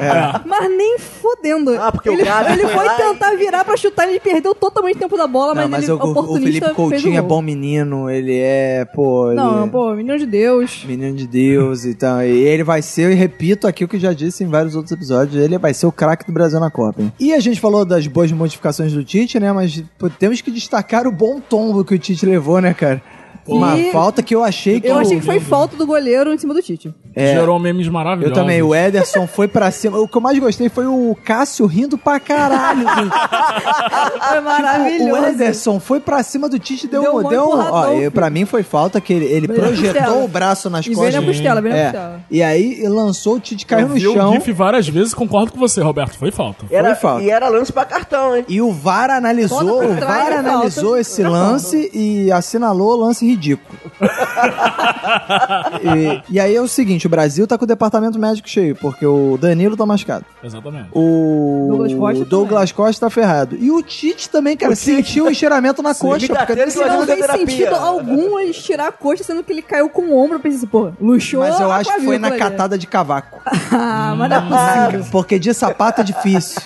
É.
Mas nem fodendo.
Ah, porque o
ele,
Gabi
ele
foi
foi,
lá
tentar virar pra chutar, ele perdeu totalmente o tempo da bola,
Não,
mas,
mas
ele
o, o- o
oportunista
Felipe
fez
Coutinho
o
é
gol.
bom menino, ele é, pô, ele
Não, um pô, menino de Deus.
menino de Deus e tal. E ele vai ser, e repito aqui o que eu já disse em vários outros episódios, ele vai ser o craque do Brasil na Copa. hein? E a gente falou das boas modificações do Tite, né, mas pô, temos que destacar o bom tombo que o Tite levou, né, cara? Uma
E-
falta que eu achei que
Eu
o-
achei que foi falta do goleiro em cima do Tite.
Tipo,
Gerou memes
é. Eu
maravilhosos.
também, o Ederson foi pra cima. O que eu mais gostei foi o Cássio rindo pra caralho. gente. Tipo,
Foi maravilhoso.
o Ederson foi pra cima do Tite, deu,
Deu
deu,
um
deu ó,
empurradão.
eu- pra mim foi falta que ele, ele
Veio na
projetou
costela.
o braço nas
E veio na
costas.
costela, veio na
É.
costela.
E aí lançou o Tite, caiu
eu
no
vi o
chão.
GIF várias vezes e concordo com você, Roberto. Foi falta.
Era,
falta.
E era lance pra cartão, hein?
E o VAR analisou,
Bota
o
pra trás,
VAR
é falta.
analisou esse
É falta.
lance e assinalou o lance ridículo. e, e aí é o seguinte, o Brasil tá com o departamento médico cheio, porque o Danilo tá machucado.
Exatamente.
O
Douglas Costa
Douglas Costa tá ferrado. E o Tite também, cara, sentiu o encheiramento na coxa.
Ele tá
porque
tendo que
desse-
fazer
Não
muita
fez
terapia.
sentido algum ele tirar a coxa, sendo que ele caiu com o ombro. Eu pensei assim, pô, luxou
Mas eu
a
acho que foi na
clavícula ali.
catada de cavaco.
Ah, mas
Hum.
não é possível.
Porque de sapato é difícil.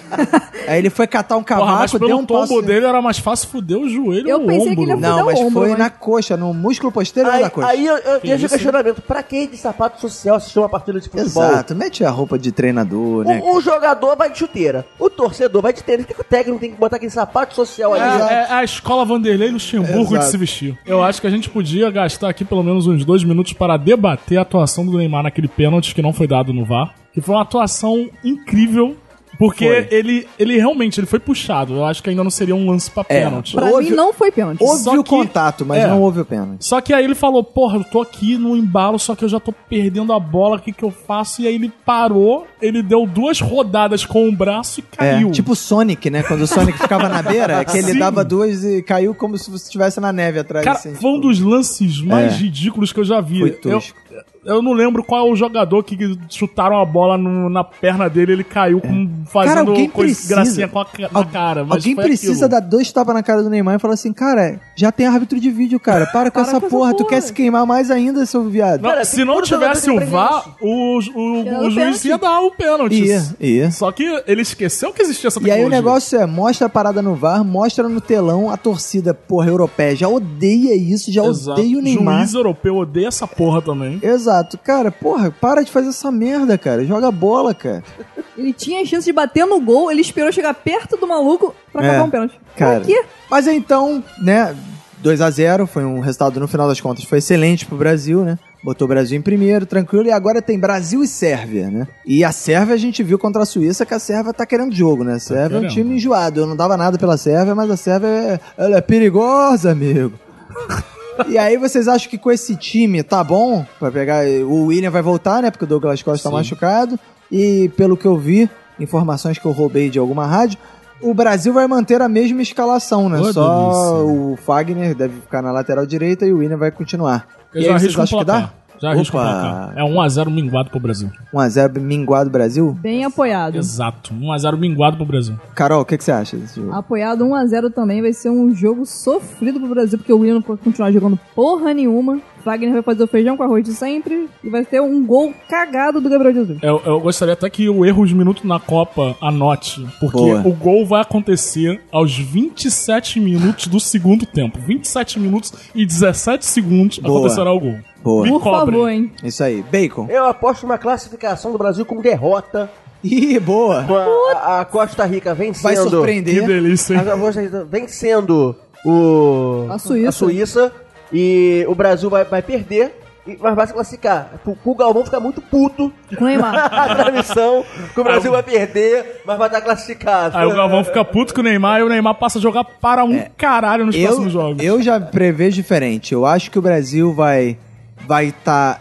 Aí ele foi catar um
Porra, mas
cavaco, deu
pelo
um
tombo
passo.
dele era mais fácil fuder o joelho
Eu
ou o
pensei
ombro.
que ele ia
Não,
Dá o
mas
ombro,
foi
né?
na coxa, no músculo posterior
Aí,
da coxa.
aí eu, eu
Que
deixo o
isso, hein?
questionamento. Pra quem de sapato social assistir uma partida de futebol?
Exato, mete a roupa de treinador, né?
O, o jogador vai de chuteira, o torcedor vai de tênis. Por que o técnico tem que botar aquele sapato social ali?
É, é a escola Vanderlei Luxemburgo
Exato.
de se vestir. Eu acho que a gente podia gastar aqui pelo menos uns dois minutos para debater a atuação do Neymar naquele pênalti que não foi dado no VAR. Que foi uma atuação incrível, porque ele, ele realmente ele foi puxado. Eu acho que ainda não seria um lance pra
É.
pênalti.
Pra
Houve-
mim não foi pênalti.
Houve
Só
o
que-
contato, mas
é.
não houve o pênalti.
Só que aí ele falou, porra, eu tô aqui no embalo, só que eu já tô perdendo a bola, o que que eu faço? E aí ele parou, ele deu duas rodadas com o braço e
É,
caiu.
tipo o Sonic, né? Quando o Sonic ficava na beira, é que ele
Sim.
dava duas e caiu como se você estivesse na neve atrás.
Cara,
assim,
foi um
tipo-
dos lances mais
É.
ridículos que eu já vi.
Foi
eu,
tosco.
eu não lembro qual é o jogador que chutaram a bola no- na perna dele, ele caiu com, fazendo
Cara, alguém
coisa-
precisa.
gracinha com a, ca- na
Al-
cara. Mas
alguém
foi
precisa
aquilo.
dar dois tapas na cara do Neymar e falar assim: cara, já tem árbitro de vídeo, cara. Para com
Para
essa
com essa
porra. Tu
porra.
quer se queimar mais ainda, seu viado?
Não,
Cara,
se
tem
não
todo
tivesse o
jogador de
VAR, o, ju- o-
Era
o
o
juiz
pênalti.
ia dar o pênalti.
Ia, ia.
Só que ele esqueceu que existia essa
E aí
tecnologia.
o negócio é, mostra a parada no VAR, mostra no telão a torcida, porra, europeia. Já odeia isso, já
Exato.
odeia é, o Neymar.
Juiz europeu odeia essa porra também.
Exato, cara, porra, para de fazer essa merda, cara. Joga bola, cara.
Ele tinha a chance de bater no gol, ele esperou chegar perto do maluco pra
É,
acabar um pênalti.
cara.
Pra quê?
Mas então, né, 2 a 0 foi um resultado no final das contas foi excelente pro Brasil, né? Botou o Brasil em primeiro, tranquilo, e agora tem Brasil e Sérvia, né? E a Sérvia a gente viu contra a Suíça que a Sérvia tá querendo jogo, né? A Sérvia é um
querendo.
time enjoado. Eu não dava nada pela Sérvia, mas a Sérvia é, ela é perigosa, amigo. E aí vocês acham que com esse time tá bom Pra pegar o William vai voltar, né? Porque o Douglas Costa tá machucado e pelo que eu vi, informações que eu roubei de alguma rádio, o Brasil vai manter a mesma escalação, né?
Ô,
Só
delícia.
o Fagner deve ficar na lateral direita e o William vai continuar.
Eu
e
já
aí, vocês
arrisco um
acham que
placar.
dá?
Já arrisco um
Opa.
placar. É 1x0 minguado pro Brasil.
1x0 minguado Brasil?
Bem apoiado.
Exato. 1x0 minguado pro Brasil.
Carol, o que, que você acha desse jogo?
Apoiado 1x0 também, vai ser um jogo sofrido pro Brasil, porque o William não pode continuar jogando porra nenhuma. Wagner vai fazer o feijão com arroz de sempre e vai ter um gol cagado do Gabriel Jesus.
Eu, eu gostaria até que o erro de minuto na Copa anote, porque
Boa.
o gol vai acontecer aos 27 minutos do segundo tempo. 27 minutos e 17 segundos
Boa.
acontecerá o gol.
Boa.
Me
Por
cobrem.
favor, hein?
Isso aí. Bacon.
Eu aposto uma classificação do Brasil com derrota.
Ih, boa.
Com a, a Costa Rica vencendo.
Vai
Que
surpreender.
delícia, hein?
A Costa Rica vencendo o.
A Suíça.
a Suíça. E o Brasil vai, vai perder. e- mas vai se classificar. O, o Galvão fica muito puto
Com o Neymar.
a transmissão, que o Brasil vai perder, mas vai estar classificado.
Aí o Galvão fica puto com o Neymar e o Neymar passa a jogar para um caralho nos
É. Eu,
próximos jogos.
eu já prevejo diferente. Eu acho que o Brasil vai vai tá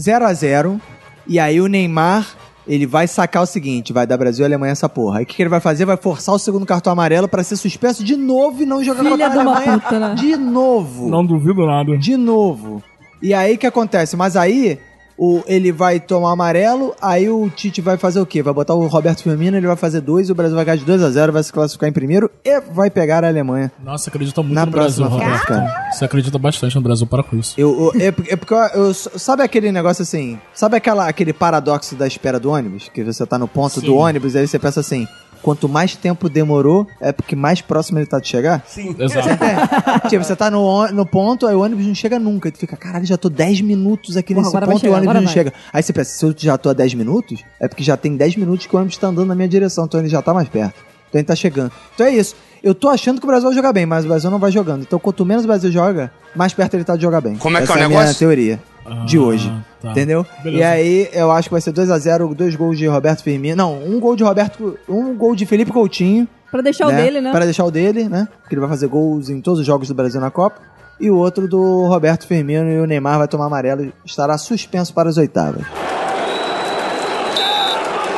0 a 0 e aí o Neymar ele vai sacar o seguinte, vai dar Brasil e Alemanha essa porra. Aí o que, que ele vai fazer? Vai forçar o segundo cartão amarelo pra ser suspenso de novo e não jogar
Filha
contra a
de uma
Alemanha.
puta, né?
De novo.
Não duvido nada.
De novo. E aí o que acontece? Mas aí o, ele vai tomar amarelo, aí o Tite vai fazer o quê? Vai botar o Roberto Firmino, ele vai fazer dois, o Brasil vai ganhar de 2 a 0 vai se classificar em primeiro e vai pegar a Alemanha.
Nossa, acredita muito
Na
no Brasil,
próxima
Roberto.
fase,
Você acredita bastante no Brasil, para com isso.
Eu, eu- é, por- é porque eu, eu- Sabe aquele negócio assim? Sabe aquela, aquele paradoxo da espera do ônibus? Que você tá no ponto
Sim.
do ônibus e aí você pensa assim: quanto mais tempo demorou, é porque mais próximo ele tá de chegar?
Sim.
Exato.
É, tipo, você tá no, ô- no ponto, aí o ônibus não chega nunca. Aí Tu fica, caralho, já tô 10 minutos aqui
Porra,
nesse
agora vai
ponto e o
chegar,
ônibus
agora
não
vai.
chega. Aí você pensa, se eu já tô a 10 minutos, é porque já tem 10 minutos que o ônibus tá andando na minha direção, então ele já tá mais perto. Então ele tá chegando. Então é isso. Eu tô achando que o Brasil vai jogar bem, mas o Brasil não vai jogando. Então quanto menos o Brasil joga, mais perto ele tá de jogar bem.
Como é que
Essa
é o
a minha
negócio?
teoria de
Ah,
hoje.
tá.
Entendeu?
Beleza.
E aí eu acho que vai ser 2x0, dois gols de Roberto Firmino. Não, um gol de Roberto. Um gol de Felipe Coutinho
Pra deixar o dele, né?
para deixar o dele, né? Porque ele vai fazer gols em todos os jogos do Brasil na Copa. E o outro do Roberto Firmino e o Neymar vai tomar amarelo e estará suspenso para as oitavas.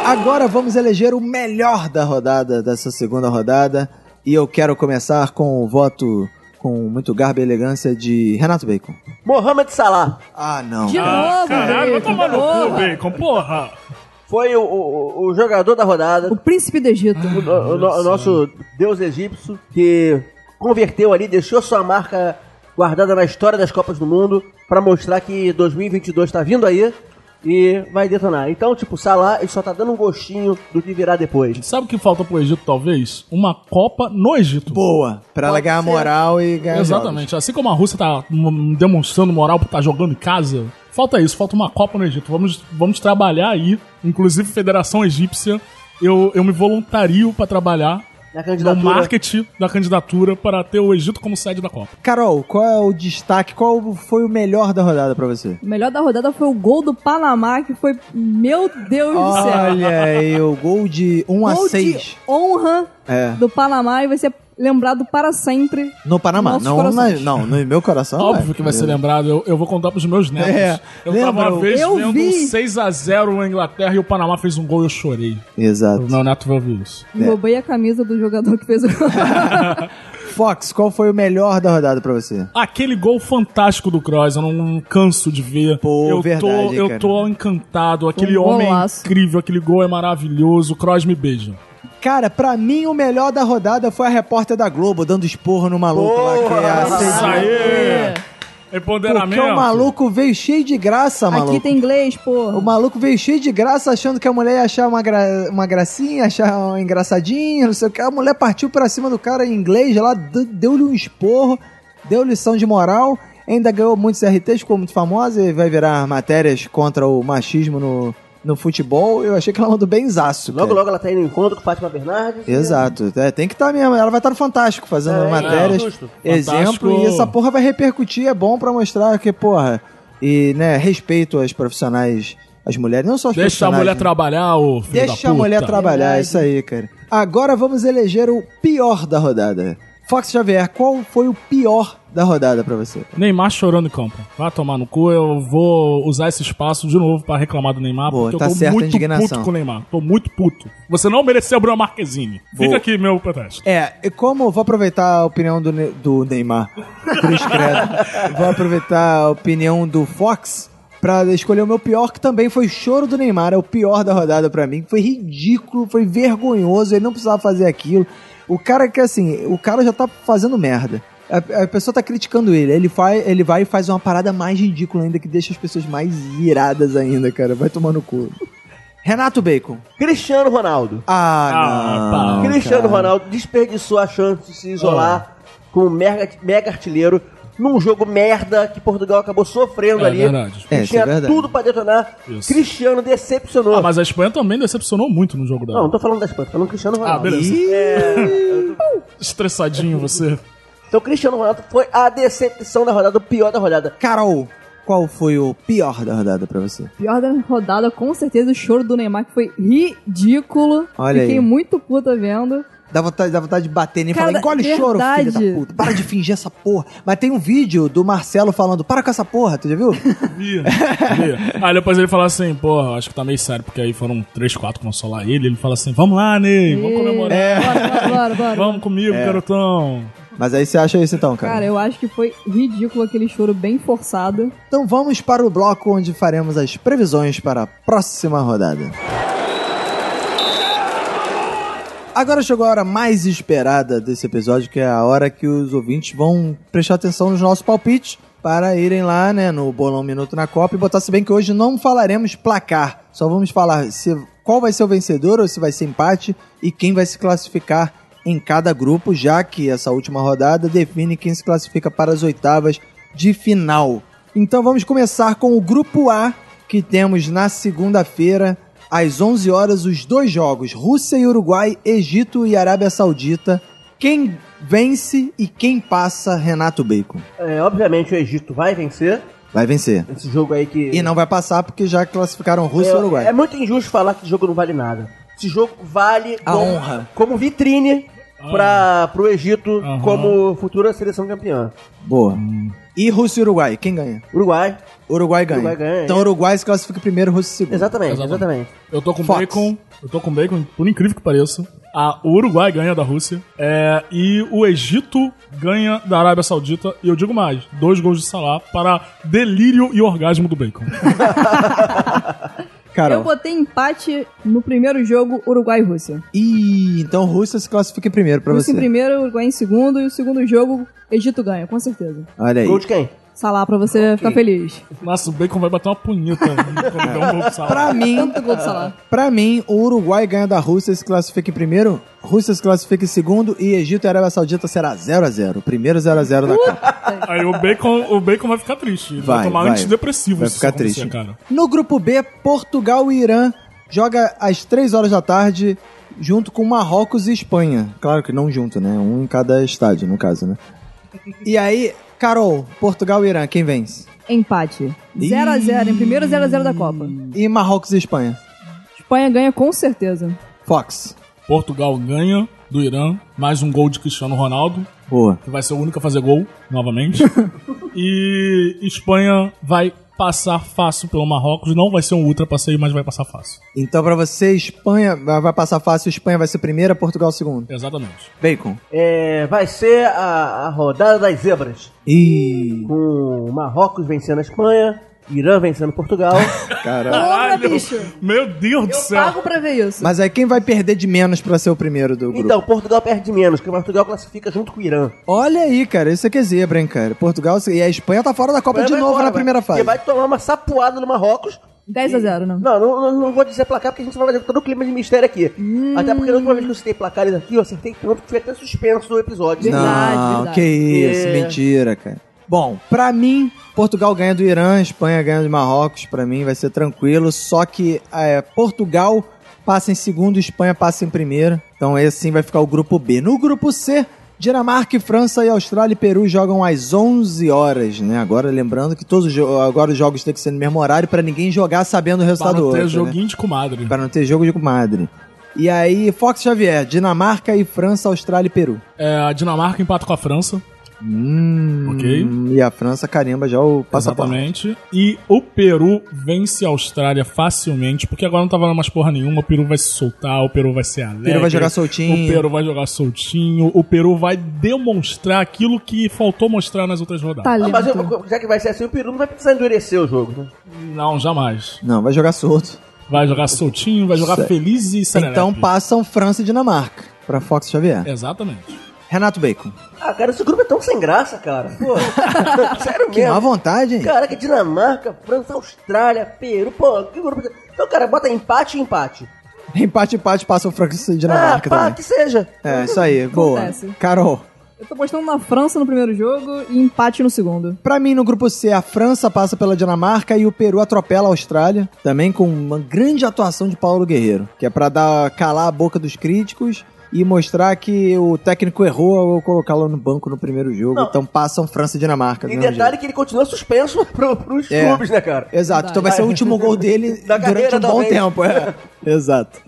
Agora vamos eleger o melhor da rodada, dessa segunda rodada. E eu quero começar com o voto com muito garbo e elegância de Renato Bacon.
Mohamed Salah
Ah, não.
De
Ah,
novo,
caralho, vai
Bacon.
tomar no cu,
Porra.
Bacon, porra.
foi o, o- o jogador da rodada,
O príncipe do Egito.
o, o- o no- o nosso deus egípcio, que converteu ali, deixou sua marca guardada na história das Copas do Mundo, pra mostrar que 2022 tá vindo aí e vai detonar. Então, tipo, Salah, ele só tá dando um gostinho do que virá depois.
Sabe o que falta pro Egito, talvez? Uma Copa no Egito.
Boa. é Pra ela
Pode
ganhar
ser.
moral e ganhar
Exatamente. Assim como a Rússia tá hum, demonstrando moral por estar jogando em casa, falta isso, falta uma Copa no Egito. Vamos, vamos trabalhar aí, inclusive Federação Egípcia. Eu, eu me voluntario pra trabalhar
Na
no
candidatura.
marketing da candidatura para ter o Egito como sede da Copa.
jogos. Carol, qual é o destaque? Qual foi o melhor da rodada pra você?
O melhor da rodada foi o gol do Panamá, que foi. Meu Deus do céu.
Olha aí, o gol de 1 a
gol
6.
de honra
É.
do Panamá e vai ser lembrado para sempre.
No Panamá,
Nossos
não, na,
corações.
não, no meu coração.
Óbvio
é.
que vai ser lembrado, eu, eu vou contar pros meus netos.
É,
eu
lembra,
tava uma vez
eu
vendo
vi.
um 6x0 na Inglaterra e o Panamá fez um gol e eu chorei.
Exato.
O meu neto vai ouvir isso.
É.
E Roubei a camisa do jogador que fez o gol.
Fox, qual foi o melhor da rodada pra você?
Aquele gol fantástico do Kroos, eu não canso de ver.
Pô,
eu
verdade,
tô, eu
cara.
tô encantado. Aquele
um
homem é
golaço.
incrível, aquele gol é maravilhoso. O Kroos me beija.
Cara, pra mim o melhor da rodada foi a repórter da Globo dando esporro no maluco lá que é a
Isso
Ceci-
aí! Empoderamento.
Porque o maluco veio cheio de graça, maluco.
Aqui tem inglês,
O
pô.
maluco veio cheio de graça, achando que a mulher ia achar uma, gra- uma gracinha, achar um engraçadinho, não sei o que. A mulher partiu pra cima do cara em inglês lá, d- deu-lhe um esporro, deu lição de moral, ainda ganhou muitos RTs, ficou muito famosa e vai virar matérias contra o machismo no, no futebol. Eu achei que ela mandou bem zaço.
Logo, logo ela tá indo em encontro com Fátima Bernardes.
Exato, É, tem que estar mesmo. Ela vai estar no Fantástico fazendo
Tá É,
matérias,
é, justo.
exemplo,
Fantástico.
e essa porra vai repercutir. É bom pra mostrar que, porra, e né, respeito às profissionais, às mulheres, não só as
Deixa a
profissionais.
mulher
né?
trabalhar, ô filho da
Deixa a
puta.
mulher trabalhar, é isso aí, cara. Agora vamos eleger o pior da rodada. Fox Xavier, qual foi o pior da rodada pra você?
Neymar chorando em campo. Vai tomar no cu, eu vou usar esse espaço de novo pra reclamar do Neymar,
Boa,
porque
tá
eu tô
certa a
muito
indignação.
puto com o Neymar. Tô muito puto. Você não mereceu Bruno Marquezine.
Boa.
Fica aqui meu protesto.
É, e como vou aproveitar a opinião do, Ne- do Neymar, Cruz credo. vou aproveitar a opinião do Fox pra escolher o meu pior, que também foi o choro do Neymar, é o pior da rodada pra mim. Foi ridículo, foi vergonhoso, ele não precisava fazer aquilo. O cara que assim, o cara já tá fazendo merda. A, a pessoa tá criticando ele, ele, faz, ele vai e faz uma parada mais ridícula ainda, que deixa as pessoas mais iradas ainda, cara. Vai tomar no cu. Renato Bacon.
Cristiano Ronaldo.
Ah,
Ah,
não,
pá.
Cristiano
cara.
Ronaldo desperdiçou a chance de se isolar
Ah.
como mega, mega artilheiro num jogo merda que Portugal acabou sofrendo
É
ali.
verdade.
Que
É, isso é
tinha
verdade.
tudo pra detonar.
Isso.
Cristiano decepcionou.
Ah, mas a Espanha também decepcionou muito no jogo dela.
Não, não tô falando da Espanha, tô falando do Cristiano Ronaldo.
Ah, beleza. Uh!
Ih, É,
Estressadinho você.
Então Cristiano Ronaldo foi a decepção da rodada, o pior da rodada.
Carol, qual foi o pior da rodada pra você?
Pior da rodada, com certeza, o choro do Neymar, que foi ridículo.
Olha
Fiquei
aí.
muito puta vendo.
Dá vontade, dá vontade de bater nele e
Cara,
falar, engole
verdade.
choro, filho da puta. Para de fingir essa porra. Mas tem um vídeo do Marcelo falando, para com essa porra, tu já viu?
Vi, vi. Aí depois ele fala assim, pô, acho que tá meio sério, porque aí foram três, quatro consolar ele. Ele fala assim, vamos lá, Ney, vamos comemorar.
é.
Bora, bora, bora, bora.
Vamos comigo, garotão.
Mas aí você acha isso então, cara?
Cara, eu acho que foi ridículo aquele choro bem forçado.
Então vamos para o bloco onde faremos as previsões para a próxima rodada. Agora chegou a hora mais esperada desse episódio, que é a hora que os ouvintes vão prestar atenção nos nossos palpites para irem lá, né, no Bolão Minuto na Copa e botar se bem que hoje não falaremos placar, só vamos falar se qual vai ser o vencedor ou se vai ser empate e quem vai se classificar em cada grupo, já que essa última rodada define quem se classifica para as oitavas de final. Então vamos começar com o grupo A, que temos na segunda-feira, às 11 horas, os dois jogos: Rússia e Uruguai, Egito e Arábia Saudita. Quem vence e quem passa, Renato Bacon.
É, obviamente o Egito vai vencer.
Vai vencer.
Esse jogo aí que.
E não vai passar porque já classificaram Rússia e
é,
Uruguai.
é muito injusto falar que esse jogo não vale nada. Esse jogo vale
A
como-
honra.
como vitrine
Ah.
para pro Egito
Aham.
como futura seleção campeã.
Boa. E Rússia e Uruguai, quem ganha?
Uruguai,
Uruguai ganha.
Uruguai ganha,
Então
é.
Uruguai se classifica primeiro, Rússia segundo.
exatamente,
Exatamente.
exatamente.
Eu tô com
Fox.
bacon. Eu tô com bacon, por incrível que pareça. A, o Uruguai ganha da Rússia. É, e o Egito ganha da Arábia Saudita. E eu digo mais: dois gols de Salah para delírio e orgasmo do bacon.
Carol.
Eu botei empate no primeiro jogo, Uruguai e Rússia.
Ih, então Rússia se classifica em primeiro pra
Rússia
você.
em primeiro, Uruguai em segundo, e o segundo jogo, Egito ganha, com certeza.
Olha aí.
Gol de quem?
Salah, pra você ficar feliz.
Nossa, o bacon vai bater uma punheta quando der um gol pro Salah.
Pra mim,
Tanto gol do Salah.
Pra mim, o Uruguai ganha da Rússia e se classifica em primeiro, Rússia se classifica em segundo e Egito e Arábia Saudita será 0x0. Primeiro 0x0 da Copa.
Aí o bacon, o bacon vai ficar triste. Ele vai,
Vai,
tomar
vai.
antidepressivo
Vai
se
ficar
isso acontecer,
triste.
cara.
No grupo B, Portugal e Irã joga às 3 horas da tarde junto com Marrocos e Espanha. Claro que não junto, né? Um em cada estádio, no caso, né? E aí, Carol, Portugal e Irã, quem vence?
Empate.
Ih.
0x0, em primeiro 0x0 da Copa.
E Marrocos e Espanha?
Espanha ganha com certeza.
Fox.
Portugal ganha do Irã. Mais um gol de Cristiano Ronaldo.
Boa.
que vai ser o único a fazer gol, novamente. e Espanha vai passar fácil pelo Marrocos. Não vai ser um ultra passeio, mas vai passar fácil.
Então, pra você, Espanha vai vai passar fácil, Espanha vai ser primeira, Portugal segunda.
Exatamente.
Bacon.
É, vai ser a, a rodada das zebras.
Ih,
Com Marrocos vencendo a Espanha, Irã vencendo Portugal.
caralho.
Porra, bicho!
Meu Deus do
Eu
céu!
pago pra ver isso.
Mas aí quem vai perder de menos pra ser o primeiro do grupo?
então, Portugal perde menos, porque Portugal classifica junto com o Irã.
Olha aí, cara, isso aqui é zebra, hein, cara. Portugal e a Espanha tá fora da Copa de
Vai
novo
embora,
na
vai.
primeira
Porque
fase.
vai tomar uma sapuada no Marrocos.
10x0, não.
Não, não, não- não vou dizer placar, porque a gente vai falar de todo o clima de mistério aqui. Até porque na última vez que eu citei placares aqui, eu acertei tanto que tive até suspenso do episódio.
Verdade,
Não,
verdade.
que isso,
É.
mentira, cara. Bom, pra mim, Portugal ganha do Irã, Espanha ganha do Marrocos, pra mim vai ser tranquilo, só que é, Portugal passa em segundo, Espanha passa em primeiro, então esse sim vai ficar o grupo B. No grupo C, Dinamarca, e França e Austrália e Peru jogam às 11 horas, né? Agora lembrando que todos os jo- agora os jogos têm que ser no mesmo horário pra ninguém jogar sabendo o
Para
resultado
não
do
ter
outro, né?
é joguinho de comadre.
Pra não ter jogo de comadre. E aí, Fox Xavier, Dinamarca e França, Austrália e Peru.
É, a Dinamarca empata com a França.
Hum,
Ok.
E a França carimba já o passaporte.
Exatamente. E o Peru vence a Austrália facilmente, porque agora não tá valendo mais porra nenhuma. O Peru vai se soltar, o Peru vai ser alegre. O
Peru vai jogar soltinho.
O Peru vai jogar soltinho. O Peru vai demonstrar aquilo que faltou mostrar nas outras
Tá,
rodadas.
Ah, mas
Talento.
eu- já que vai ser assim, o Peru não vai precisar endurecer o jogo, né?
Não, jamais.
Não, vai jogar solto.
Vai jogar soltinho, vai jogar
Certo.
feliz e serelepe.
Então passam França e Dinamarca pra Fox Xavier.
É. Exatamente.
Renato Bacon.
Ah, cara, esse grupo é tão sem graça, cara. Pô, sério
Que má
mesmo.
vontade, hein?
Caraca, Dinamarca, França, Austrália, Peru, pô, que grupo. Então, cara, bota empate e empate.
Empate, empate, passam França e
Ah,
Dinamarca
pá,
também.
que seja.
É, isso aí, boa.
Acontece.
Carol.
Eu tô postando na França no primeiro jogo e empate no segundo.
Pra mim, no grupo C, a França passa pela Dinamarca e o Peru atropela a Austrália, também com uma grande atuação de Paulo Guerreiro, que é pra dar calar a boca dos críticos e mostrar que o técnico errou ao colocá-lo no banco no primeiro jogo.
Não.
Então passam França e Dinamarca. do
E
mesmo
detalhe que ele continua suspenso pro, pros
É.
clubes, né, cara?
Exato, então vai ser o último gol dele
Da
durante
carreira,
um bom
talvez.
tempo. é. Exato.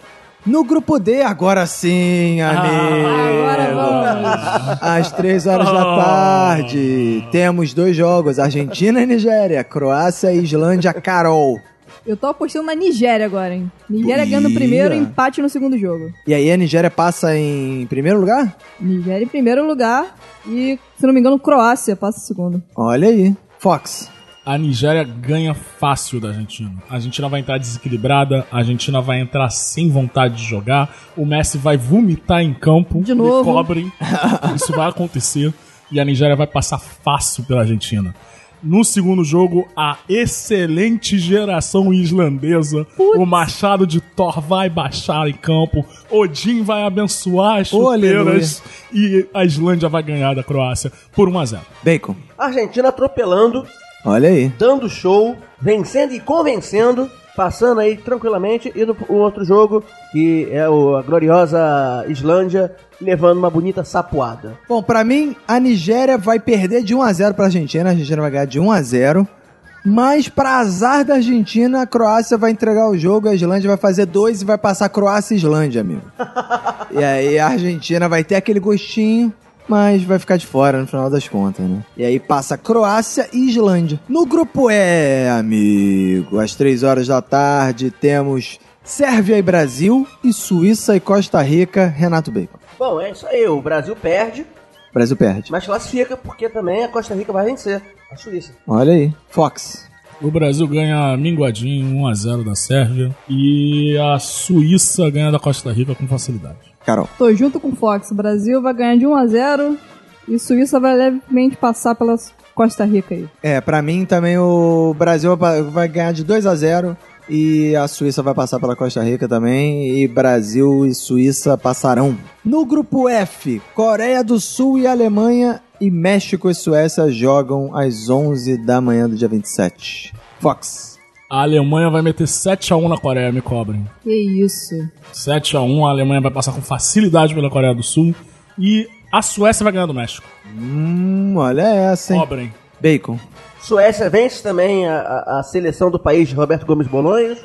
No grupo D, agora sim,
Ah.
Agora
amigo.
vamos.
Às três horas da
Ah.
tarde, temos dois jogos: Argentina e Nigéria, Croácia e Islândia, Carol.
Eu tô apostando na Nigéria agora, hein? Nigéria ganhando o primeiro,
Ia.
empate no segundo jogo.
E aí a Nigéria passa em primeiro lugar?
Nigéria em primeiro lugar e, se não me engano, Croácia passa em segundo.
Olha aí. Fox.
A Nigéria ganha fácil da Argentina. A Argentina vai entrar desequilibrada, a Argentina vai entrar sem vontade de jogar, o Messi vai vomitar em campo,
De novo.
me cobrem. Isso vai acontecer e a Nigéria vai passar fácil pela Argentina. No segundo jogo, a excelente geração islandesa, o Machado de Thor vai baixar em campo, Odin vai abençoar as
Oh, aleluia.
chuteiras e a Islândia vai ganhar da Croácia por 1 a 0.
Bacon.
Argentina atropelando,
Olha aí.
dando show, vencendo e convencendo, passando aí tranquilamente. E no o outro jogo, que é o- a gloriosa Islândia, levando uma bonita sapoada.
Bom, pra mim, a Nigéria vai perder de 1x0 pra Argentina. A Argentina vai ganhar de 1x0. Mas, pra azar da Argentina, a Croácia vai entregar o jogo, a Islândia vai fazer dois e vai passar Croácia e Islândia, amigo. e aí a Argentina vai ter aquele gostinho, mas vai ficar de fora no final das contas, né? E aí passa Croácia e Islândia. No grupo E, amigo, às três horas da tarde, temos Sérvia e Brasil e Suíça e Costa Rica, Renato Bacon.
Bom, é isso aí. O Brasil perde,
O Brasil perde.
mas classifica, porque também a Costa Rica vai vencer. A Suíça.
Olha aí. Fox.
O Brasil ganha minguadinho 1x0 da Sérvia e a Suíça ganha da Costa Rica com facilidade.
Carol.
Tô junto com o Fox. O Brasil vai ganhar de 1 a 0 e Suíça vai levemente passar pela Costa Rica aí.
É, pra mim também o Brasil vai- vai ganhar de 2 a 0 e a Suíça vai passar pela Costa Rica também e Brasil e Suíça passarão. No grupo F, Coreia do Sul e Alemanha e México e Suécia jogam às 11 da manhã do dia 27. Fox.
A Alemanha vai meter 7x1 na Coreia, me cobrem.
Que isso.
7x1, a Alemanha vai passar com facilidade pela Coreia do Sul e a Suécia vai ganhar do México.
Hum, olha essa, hein?
Cobrem.
Bacon.
Suécia vence também a, a- a seleção do país de Roberto Gomes Bolonhas.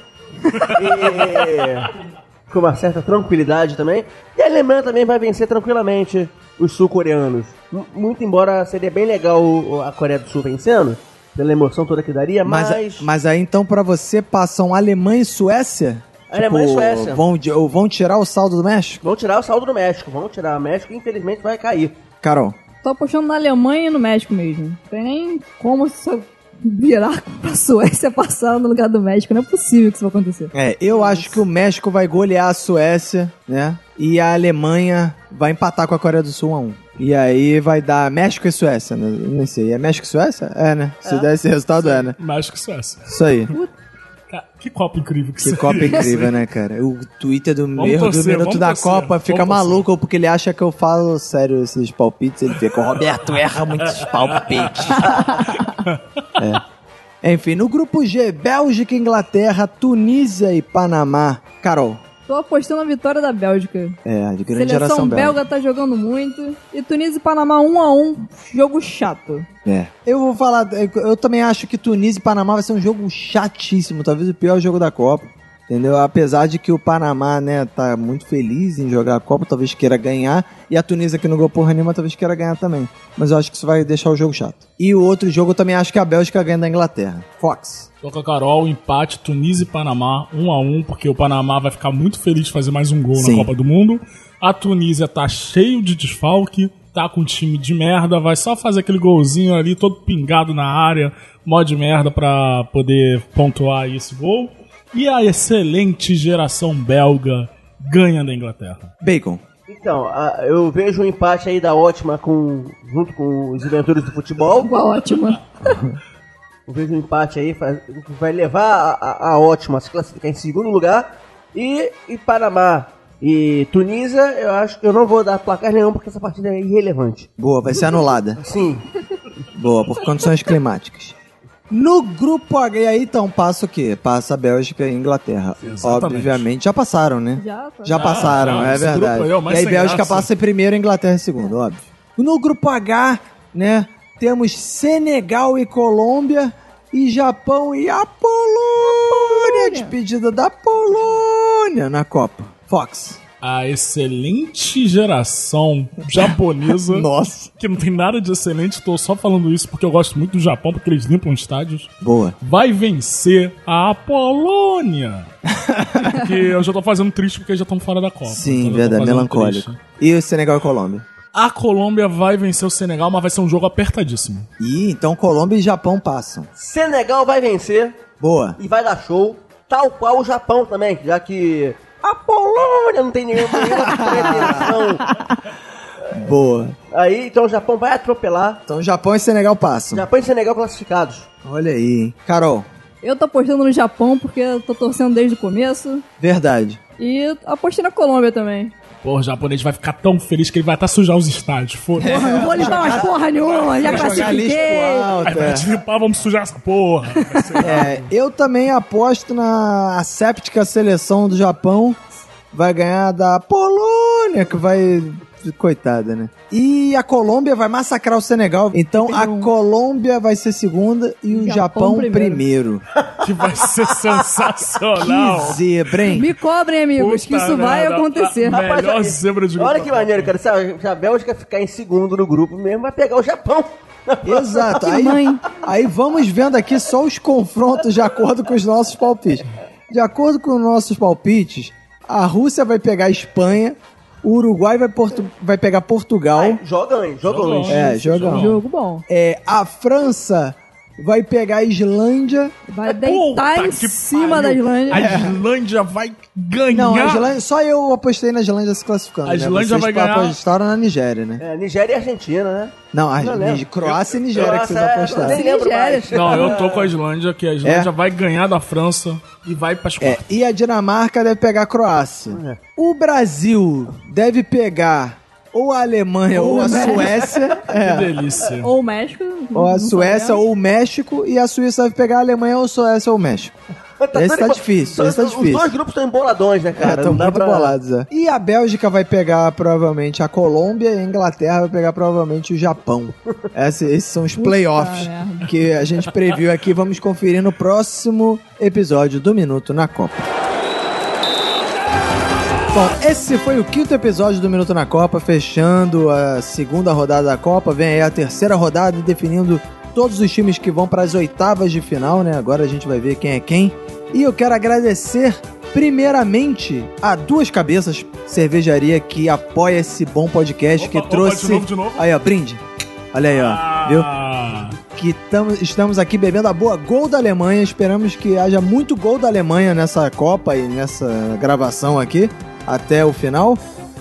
E- com uma certa tranquilidade também. E a Alemanha também vai vencer tranquilamente os sul-coreanos. M- Muito embora seria bem legal o- a Coreia do Sul vencendo, pela emoção toda que daria, mas,
Mas, mas... aí então pra você passam Alemanha e Suécia? Tipo,
Alemanha e Suécia.
Vão, di- ou vão tirar o saldo do México?
vão tirar o saldo do México. Vão tirar. O México, infelizmente, vai cair.
Carol.
Tô apostando na Alemanha e no México mesmo. Tem nem como isso virar pra Suécia passar no lugar do México. Não é possível que isso vai acontecer.
É, eu acho que o México vai golear a Suécia, né? E a Alemanha vai empatar com a Coreia do Sul 1 a 1. E aí vai dar México e Suécia, né? Nem sei. É México e Suécia? É, né? Se der esse resultado, é, né?
México e Suécia.
Isso aí.
Ca- Que copa incrível que,
Que
seria
Copa
isso.
incrível, né, cara? O Twitter do meu do
torcer,
Minuto
vamos
da
torcer,
Copa
vamos
fica
torcer.
maluco porque ele acha que eu falo sério esses palpites. Ele fica, o Roberto erra muitos palpites. É. Enfim, no grupo G, Bélgica, Inglaterra, Tunísia e Panamá. Carol.
Tô apostando na vitória da Bélgica.
É, de grande
Seleção
geração belga.
belga tá jogando muito. E Tunísia e Panamá 1 a 1 jogo chato.
É. Eu vou falar, eu também acho que Tunísia e Panamá vai ser um jogo chatíssimo, talvez o pior jogo da Copa. Entendeu? Apesar de que o Panamá, né, tá muito feliz em jogar a Copa, talvez queira ganhar, e a Tunísia que não ganhou porra nenhuma, talvez queira ganhar também. Mas eu acho que isso vai deixar o jogo chato. E o outro jogo eu também acho que a Bélgica ganha da Inglaterra. Fox.
Toca Carol, empate, Tunísia e Panamá, 1 a 1 porque o Panamá vai ficar muito feliz de fazer mais um gol
Sim.
na Copa do Mundo. A Tunísia tá cheio de desfalque, tá com um time de merda, vai só fazer aquele golzinho ali, todo pingado na área, mó de merda pra poder pontuar esse gol. E a excelente geração belga ganha da Inglaterra.
Bacon.
Então, a- eu vejo um empate aí da ótima com, junto com os inventores do futebol.
Igual ótima.
Eu vejo um empate aí, faz- vai levar a, a, a ótima a se classificar em segundo lugar. E, e Panamá e Tunísia, eu acho que eu não vou dar placar nenhum porque essa partida é irrelevante.
Boa, vai ser anulada.
Sim,
Boa, por condições climáticas. No grupo H, e aí então passa o quê? Passa a Bélgica e a Inglaterra.
Exatamente.
Obviamente. Já passaram, né?
Já, tá.
Já passaram,
Ah, não,
é
esse grupo
verdade.
aí é o mais
e aí
sem
Bélgica
graça.
passa em primeiro, Inglaterra em segundo, óbvio. No grupo H, né, temos Senegal e Colômbia e Japão e a Polônia, despedida da Polônia na Copa. Fox.
A excelente geração japonesa.
Nossa.
Que não tem nada de excelente, tô só falando isso porque eu gosto muito do Japão, porque eles limpam estádios.
Boa.
vai vencer a Polônia. que eu já tô fazendo triste porque eles já estão fora da Copa.
Sim,
Então eu tô
verdade,
fazendo
melancólico.
triste.
E o Senegal e Colômbia.
A Colômbia vai vencer o Senegal, mas vai ser um jogo apertadíssimo.
E então Colômbia e Japão passam.
Senegal vai vencer
Boa.
e vai dar show, tal qual o Japão também, já que a Polônia não tem nenhuma, nenhuma pretensão.
Boa.
Aí, então o Japão vai atropelar.
Então Japão e Senegal passam.
Japão e Senegal classificados.
Olha aí, hein? Carol,
Eu tô apostando no Japão porque eu tô torcendo desde o começo.
verdade.
E apostei na Colômbia também.
Pô, o japonês vai ficar tão feliz que ele vai até sujar os estádios. Foda-se.
É.
Porra, não vou limpar
tá.
umas porra nenhuma,
Jogar
já
lixo pro
classifiquei.
Aí
alto,
vai
é.
limpar, vamos sujar essa porra. Vai ser-
É, eu também aposto na asséptica seleção do Japão. Vai ganhar da Polônia, que vai. Coitada, né? E a Colômbia vai massacrar o Senegal. Então a Colômbia vai ser segunda e o Japão,
Japão
primeiro.
primeiro.
que vai ser sensacional.
Que zebra, hein?
Me cobrem, amigos, que
Puta
isso vai
merda.
acontecer.
Ah,
Rapaz,
Melhor
olha-
zebra de
Olha
grupo.
que maneiro, cara. Se a, se a Bélgica ficar em segundo no grupo mesmo, vai pegar o Japão.
Exato. Aí,
mãe.
aí vamos vendo aqui só os confrontos de acordo com os nossos palpites. De acordo com os nossos palpites, a Rússia vai pegar a Espanha, o Uruguai vai, Portu- vai pegar Portugal.
Ai, jogões, jogões.
Jogões.
É, jogão.
Jogo bom.
É, a França vai pegar a Islândia.
Vai
É Puta
deitar em
que
cima da
pariu.
Islândia.
A
É.
Islândia vai ganhar.
Não, a Islândia, só eu apostei na Islândia se classificando.
A Islândia
né? Vocês
vai ganhar-
apostaram na Nigéria, né?
É, Nigéria e Argentina, né?
Não, a
Não lembro.
Ni- Croácia e Nigéria que vocês
Nossa, é,
apostaram.
Nem lembro
Nigéria.
mais.
Não, eu tô com a Islândia, que a Islândia vai ganhar da França e vai pras
É,
quartas.
e a Dinamarca deve pegar a Croácia. O Brasil deve pegar ou a Alemanha ou, a Suécia.
Que
é.
delícia.
Ou o México.
Ou a
não
Suécia
sabemos.
ou o México. E a Suíça deve pegar a Alemanha ou a Suécia ou o México. Esse
tudo
tá
embo-
difícil,
Os-
esse tá
os-
difícil.
Os dois grupos estão emboladões, né, cara?
É, tão
Não dá
muito
pra-
bolados, é. E a Bélgica vai pegar provavelmente a Colômbia e a Inglaterra vai pegar provavelmente o Japão. Esse- esses são os playoffs
merda.
que a gente previu aqui. Vamos conferir no próximo episódio do Minuto na Copa. Bom, esse foi o quinto episódio do Minuto na Copa, fechando a segunda rodada da Copa. Vem aí a terceira rodada, definindo todos os times que vão para as oitavas de final, né? Agora a gente vai ver quem é quem. E eu quero agradecer, primeiramente, a Duas Cabeças Cervejaria, que apoia esse bom podcast,
Opa,
que
opa,
trouxe.
de novo, de novo.
Aí, ó, brinde. Olha aí, ó. Viu?
Ah,
que tamo- estamos aqui bebendo a boa Gol da Alemanha. Esperamos que haja muito Gol da Alemanha nessa Copa e nessa gravação aqui até o final.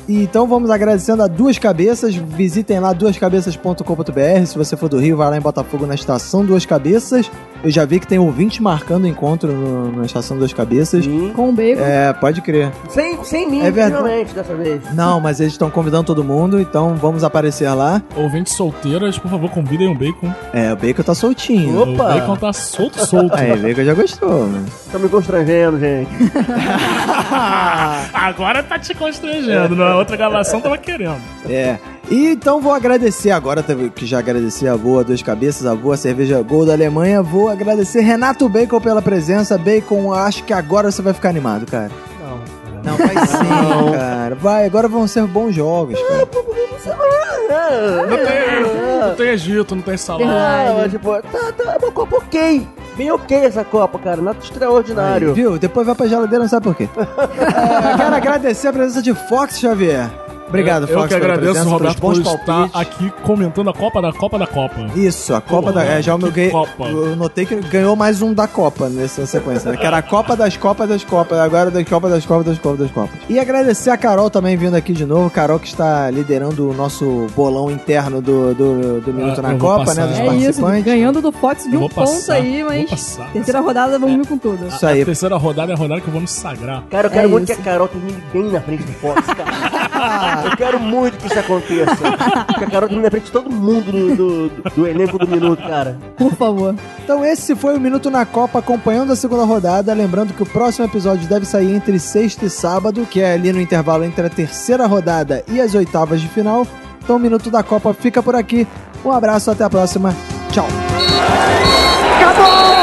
E Então vamos agradecendo a Duas Cabeças. Visitem lá duascabeças.com.br. Se você for do Rio, vai lá em Botafogo na Estação Duas Cabeças. Eu já vi que tem ouvinte marcando o encontro no- na Estação Duas Cabeças.
Hum.
Com o bacon.
É, pode crer.
Sem, sem mim,
É verdade.
finalmente, dessa vez.
Não, mas eles estão convidando todo mundo, então vamos aparecer lá.
ouvintes solteiras, por favor, convidem um bacon.
É, o Bacon tá soltinho.
Opa!
O bacon tá solto, solto.
Aí, o Bacon já gostou, mano.
Estão me constrangendo, gente.
Agora tá te constrangendo. Na outra gravação tava querendo.
É. E então vou agradecer agora, teve- que já agradeci a Boa Duas Cabeças, a Boa Cerveja Gol da Alemanha. Vou agradecer Renato Bacon pela presença. Bacon, acho que agora você vai ficar animado, cara. Não. Não, vai sim, cara. Vai, agora vão ser bons jogos, cara.
Ah, Não
É.
tem, não tem Egito, não tem salada.
Ah, mas, tipo, tá, tá, é uma Copa ok. Bem ok essa Copa, cara. Nada extraordinário.
Viu? Depois vai pra geladeira, não sabe por quê. É, quero agradecer a presença de Fox Xavier. Obrigado,
eu,
Fox,
eu que
pela
agradeço,
presença,
Roberto, por
pelos bons
estar
palpites.
aqui comentando a Copa da Copa da Copa.
Isso, a Copa da.
Porra,
É, já o meu
que
gay-
Copa.
Eu notei que ganhou mais um da Copa nessa sequência, né? Que era a Copa das Copas das Copas, agora é das Copas das Copas das Copas das Copas. E agradecer a Carol também vindo aqui de novo. Carol que está liderando o nosso bolão interno do, do, do Minuto
Ah,
na
eu vou
Copa,
passar.
né? Dos
É isso,
participantes.
ganhando do Fox de
Eu
um
vou
ponto
passar,
aí,
vou
mas
passar.
terceira rodada vamos vir com tudo.
Isso aí.
A terceira rodada é a rodada que eu vou me sagrar.
Cara, eu quero
É
muito
isso.
que a Carol termine bem na frente do Fox, cara. Eu quero muito que isso aconteça. Porque a Carol tá na frente de todo mundo do, do, do elenco do minuto, cara.
Por favor.
Então esse foi o Minuto na Copa acompanhando a segunda rodada. Lembrando que o próximo episódio deve sair entre sexta e sábado, que é ali no intervalo entre a terceira rodada e as oitavas de final. Então o Minuto da Copa fica por aqui. Um abraço, até a próxima. Tchau.
Acabou!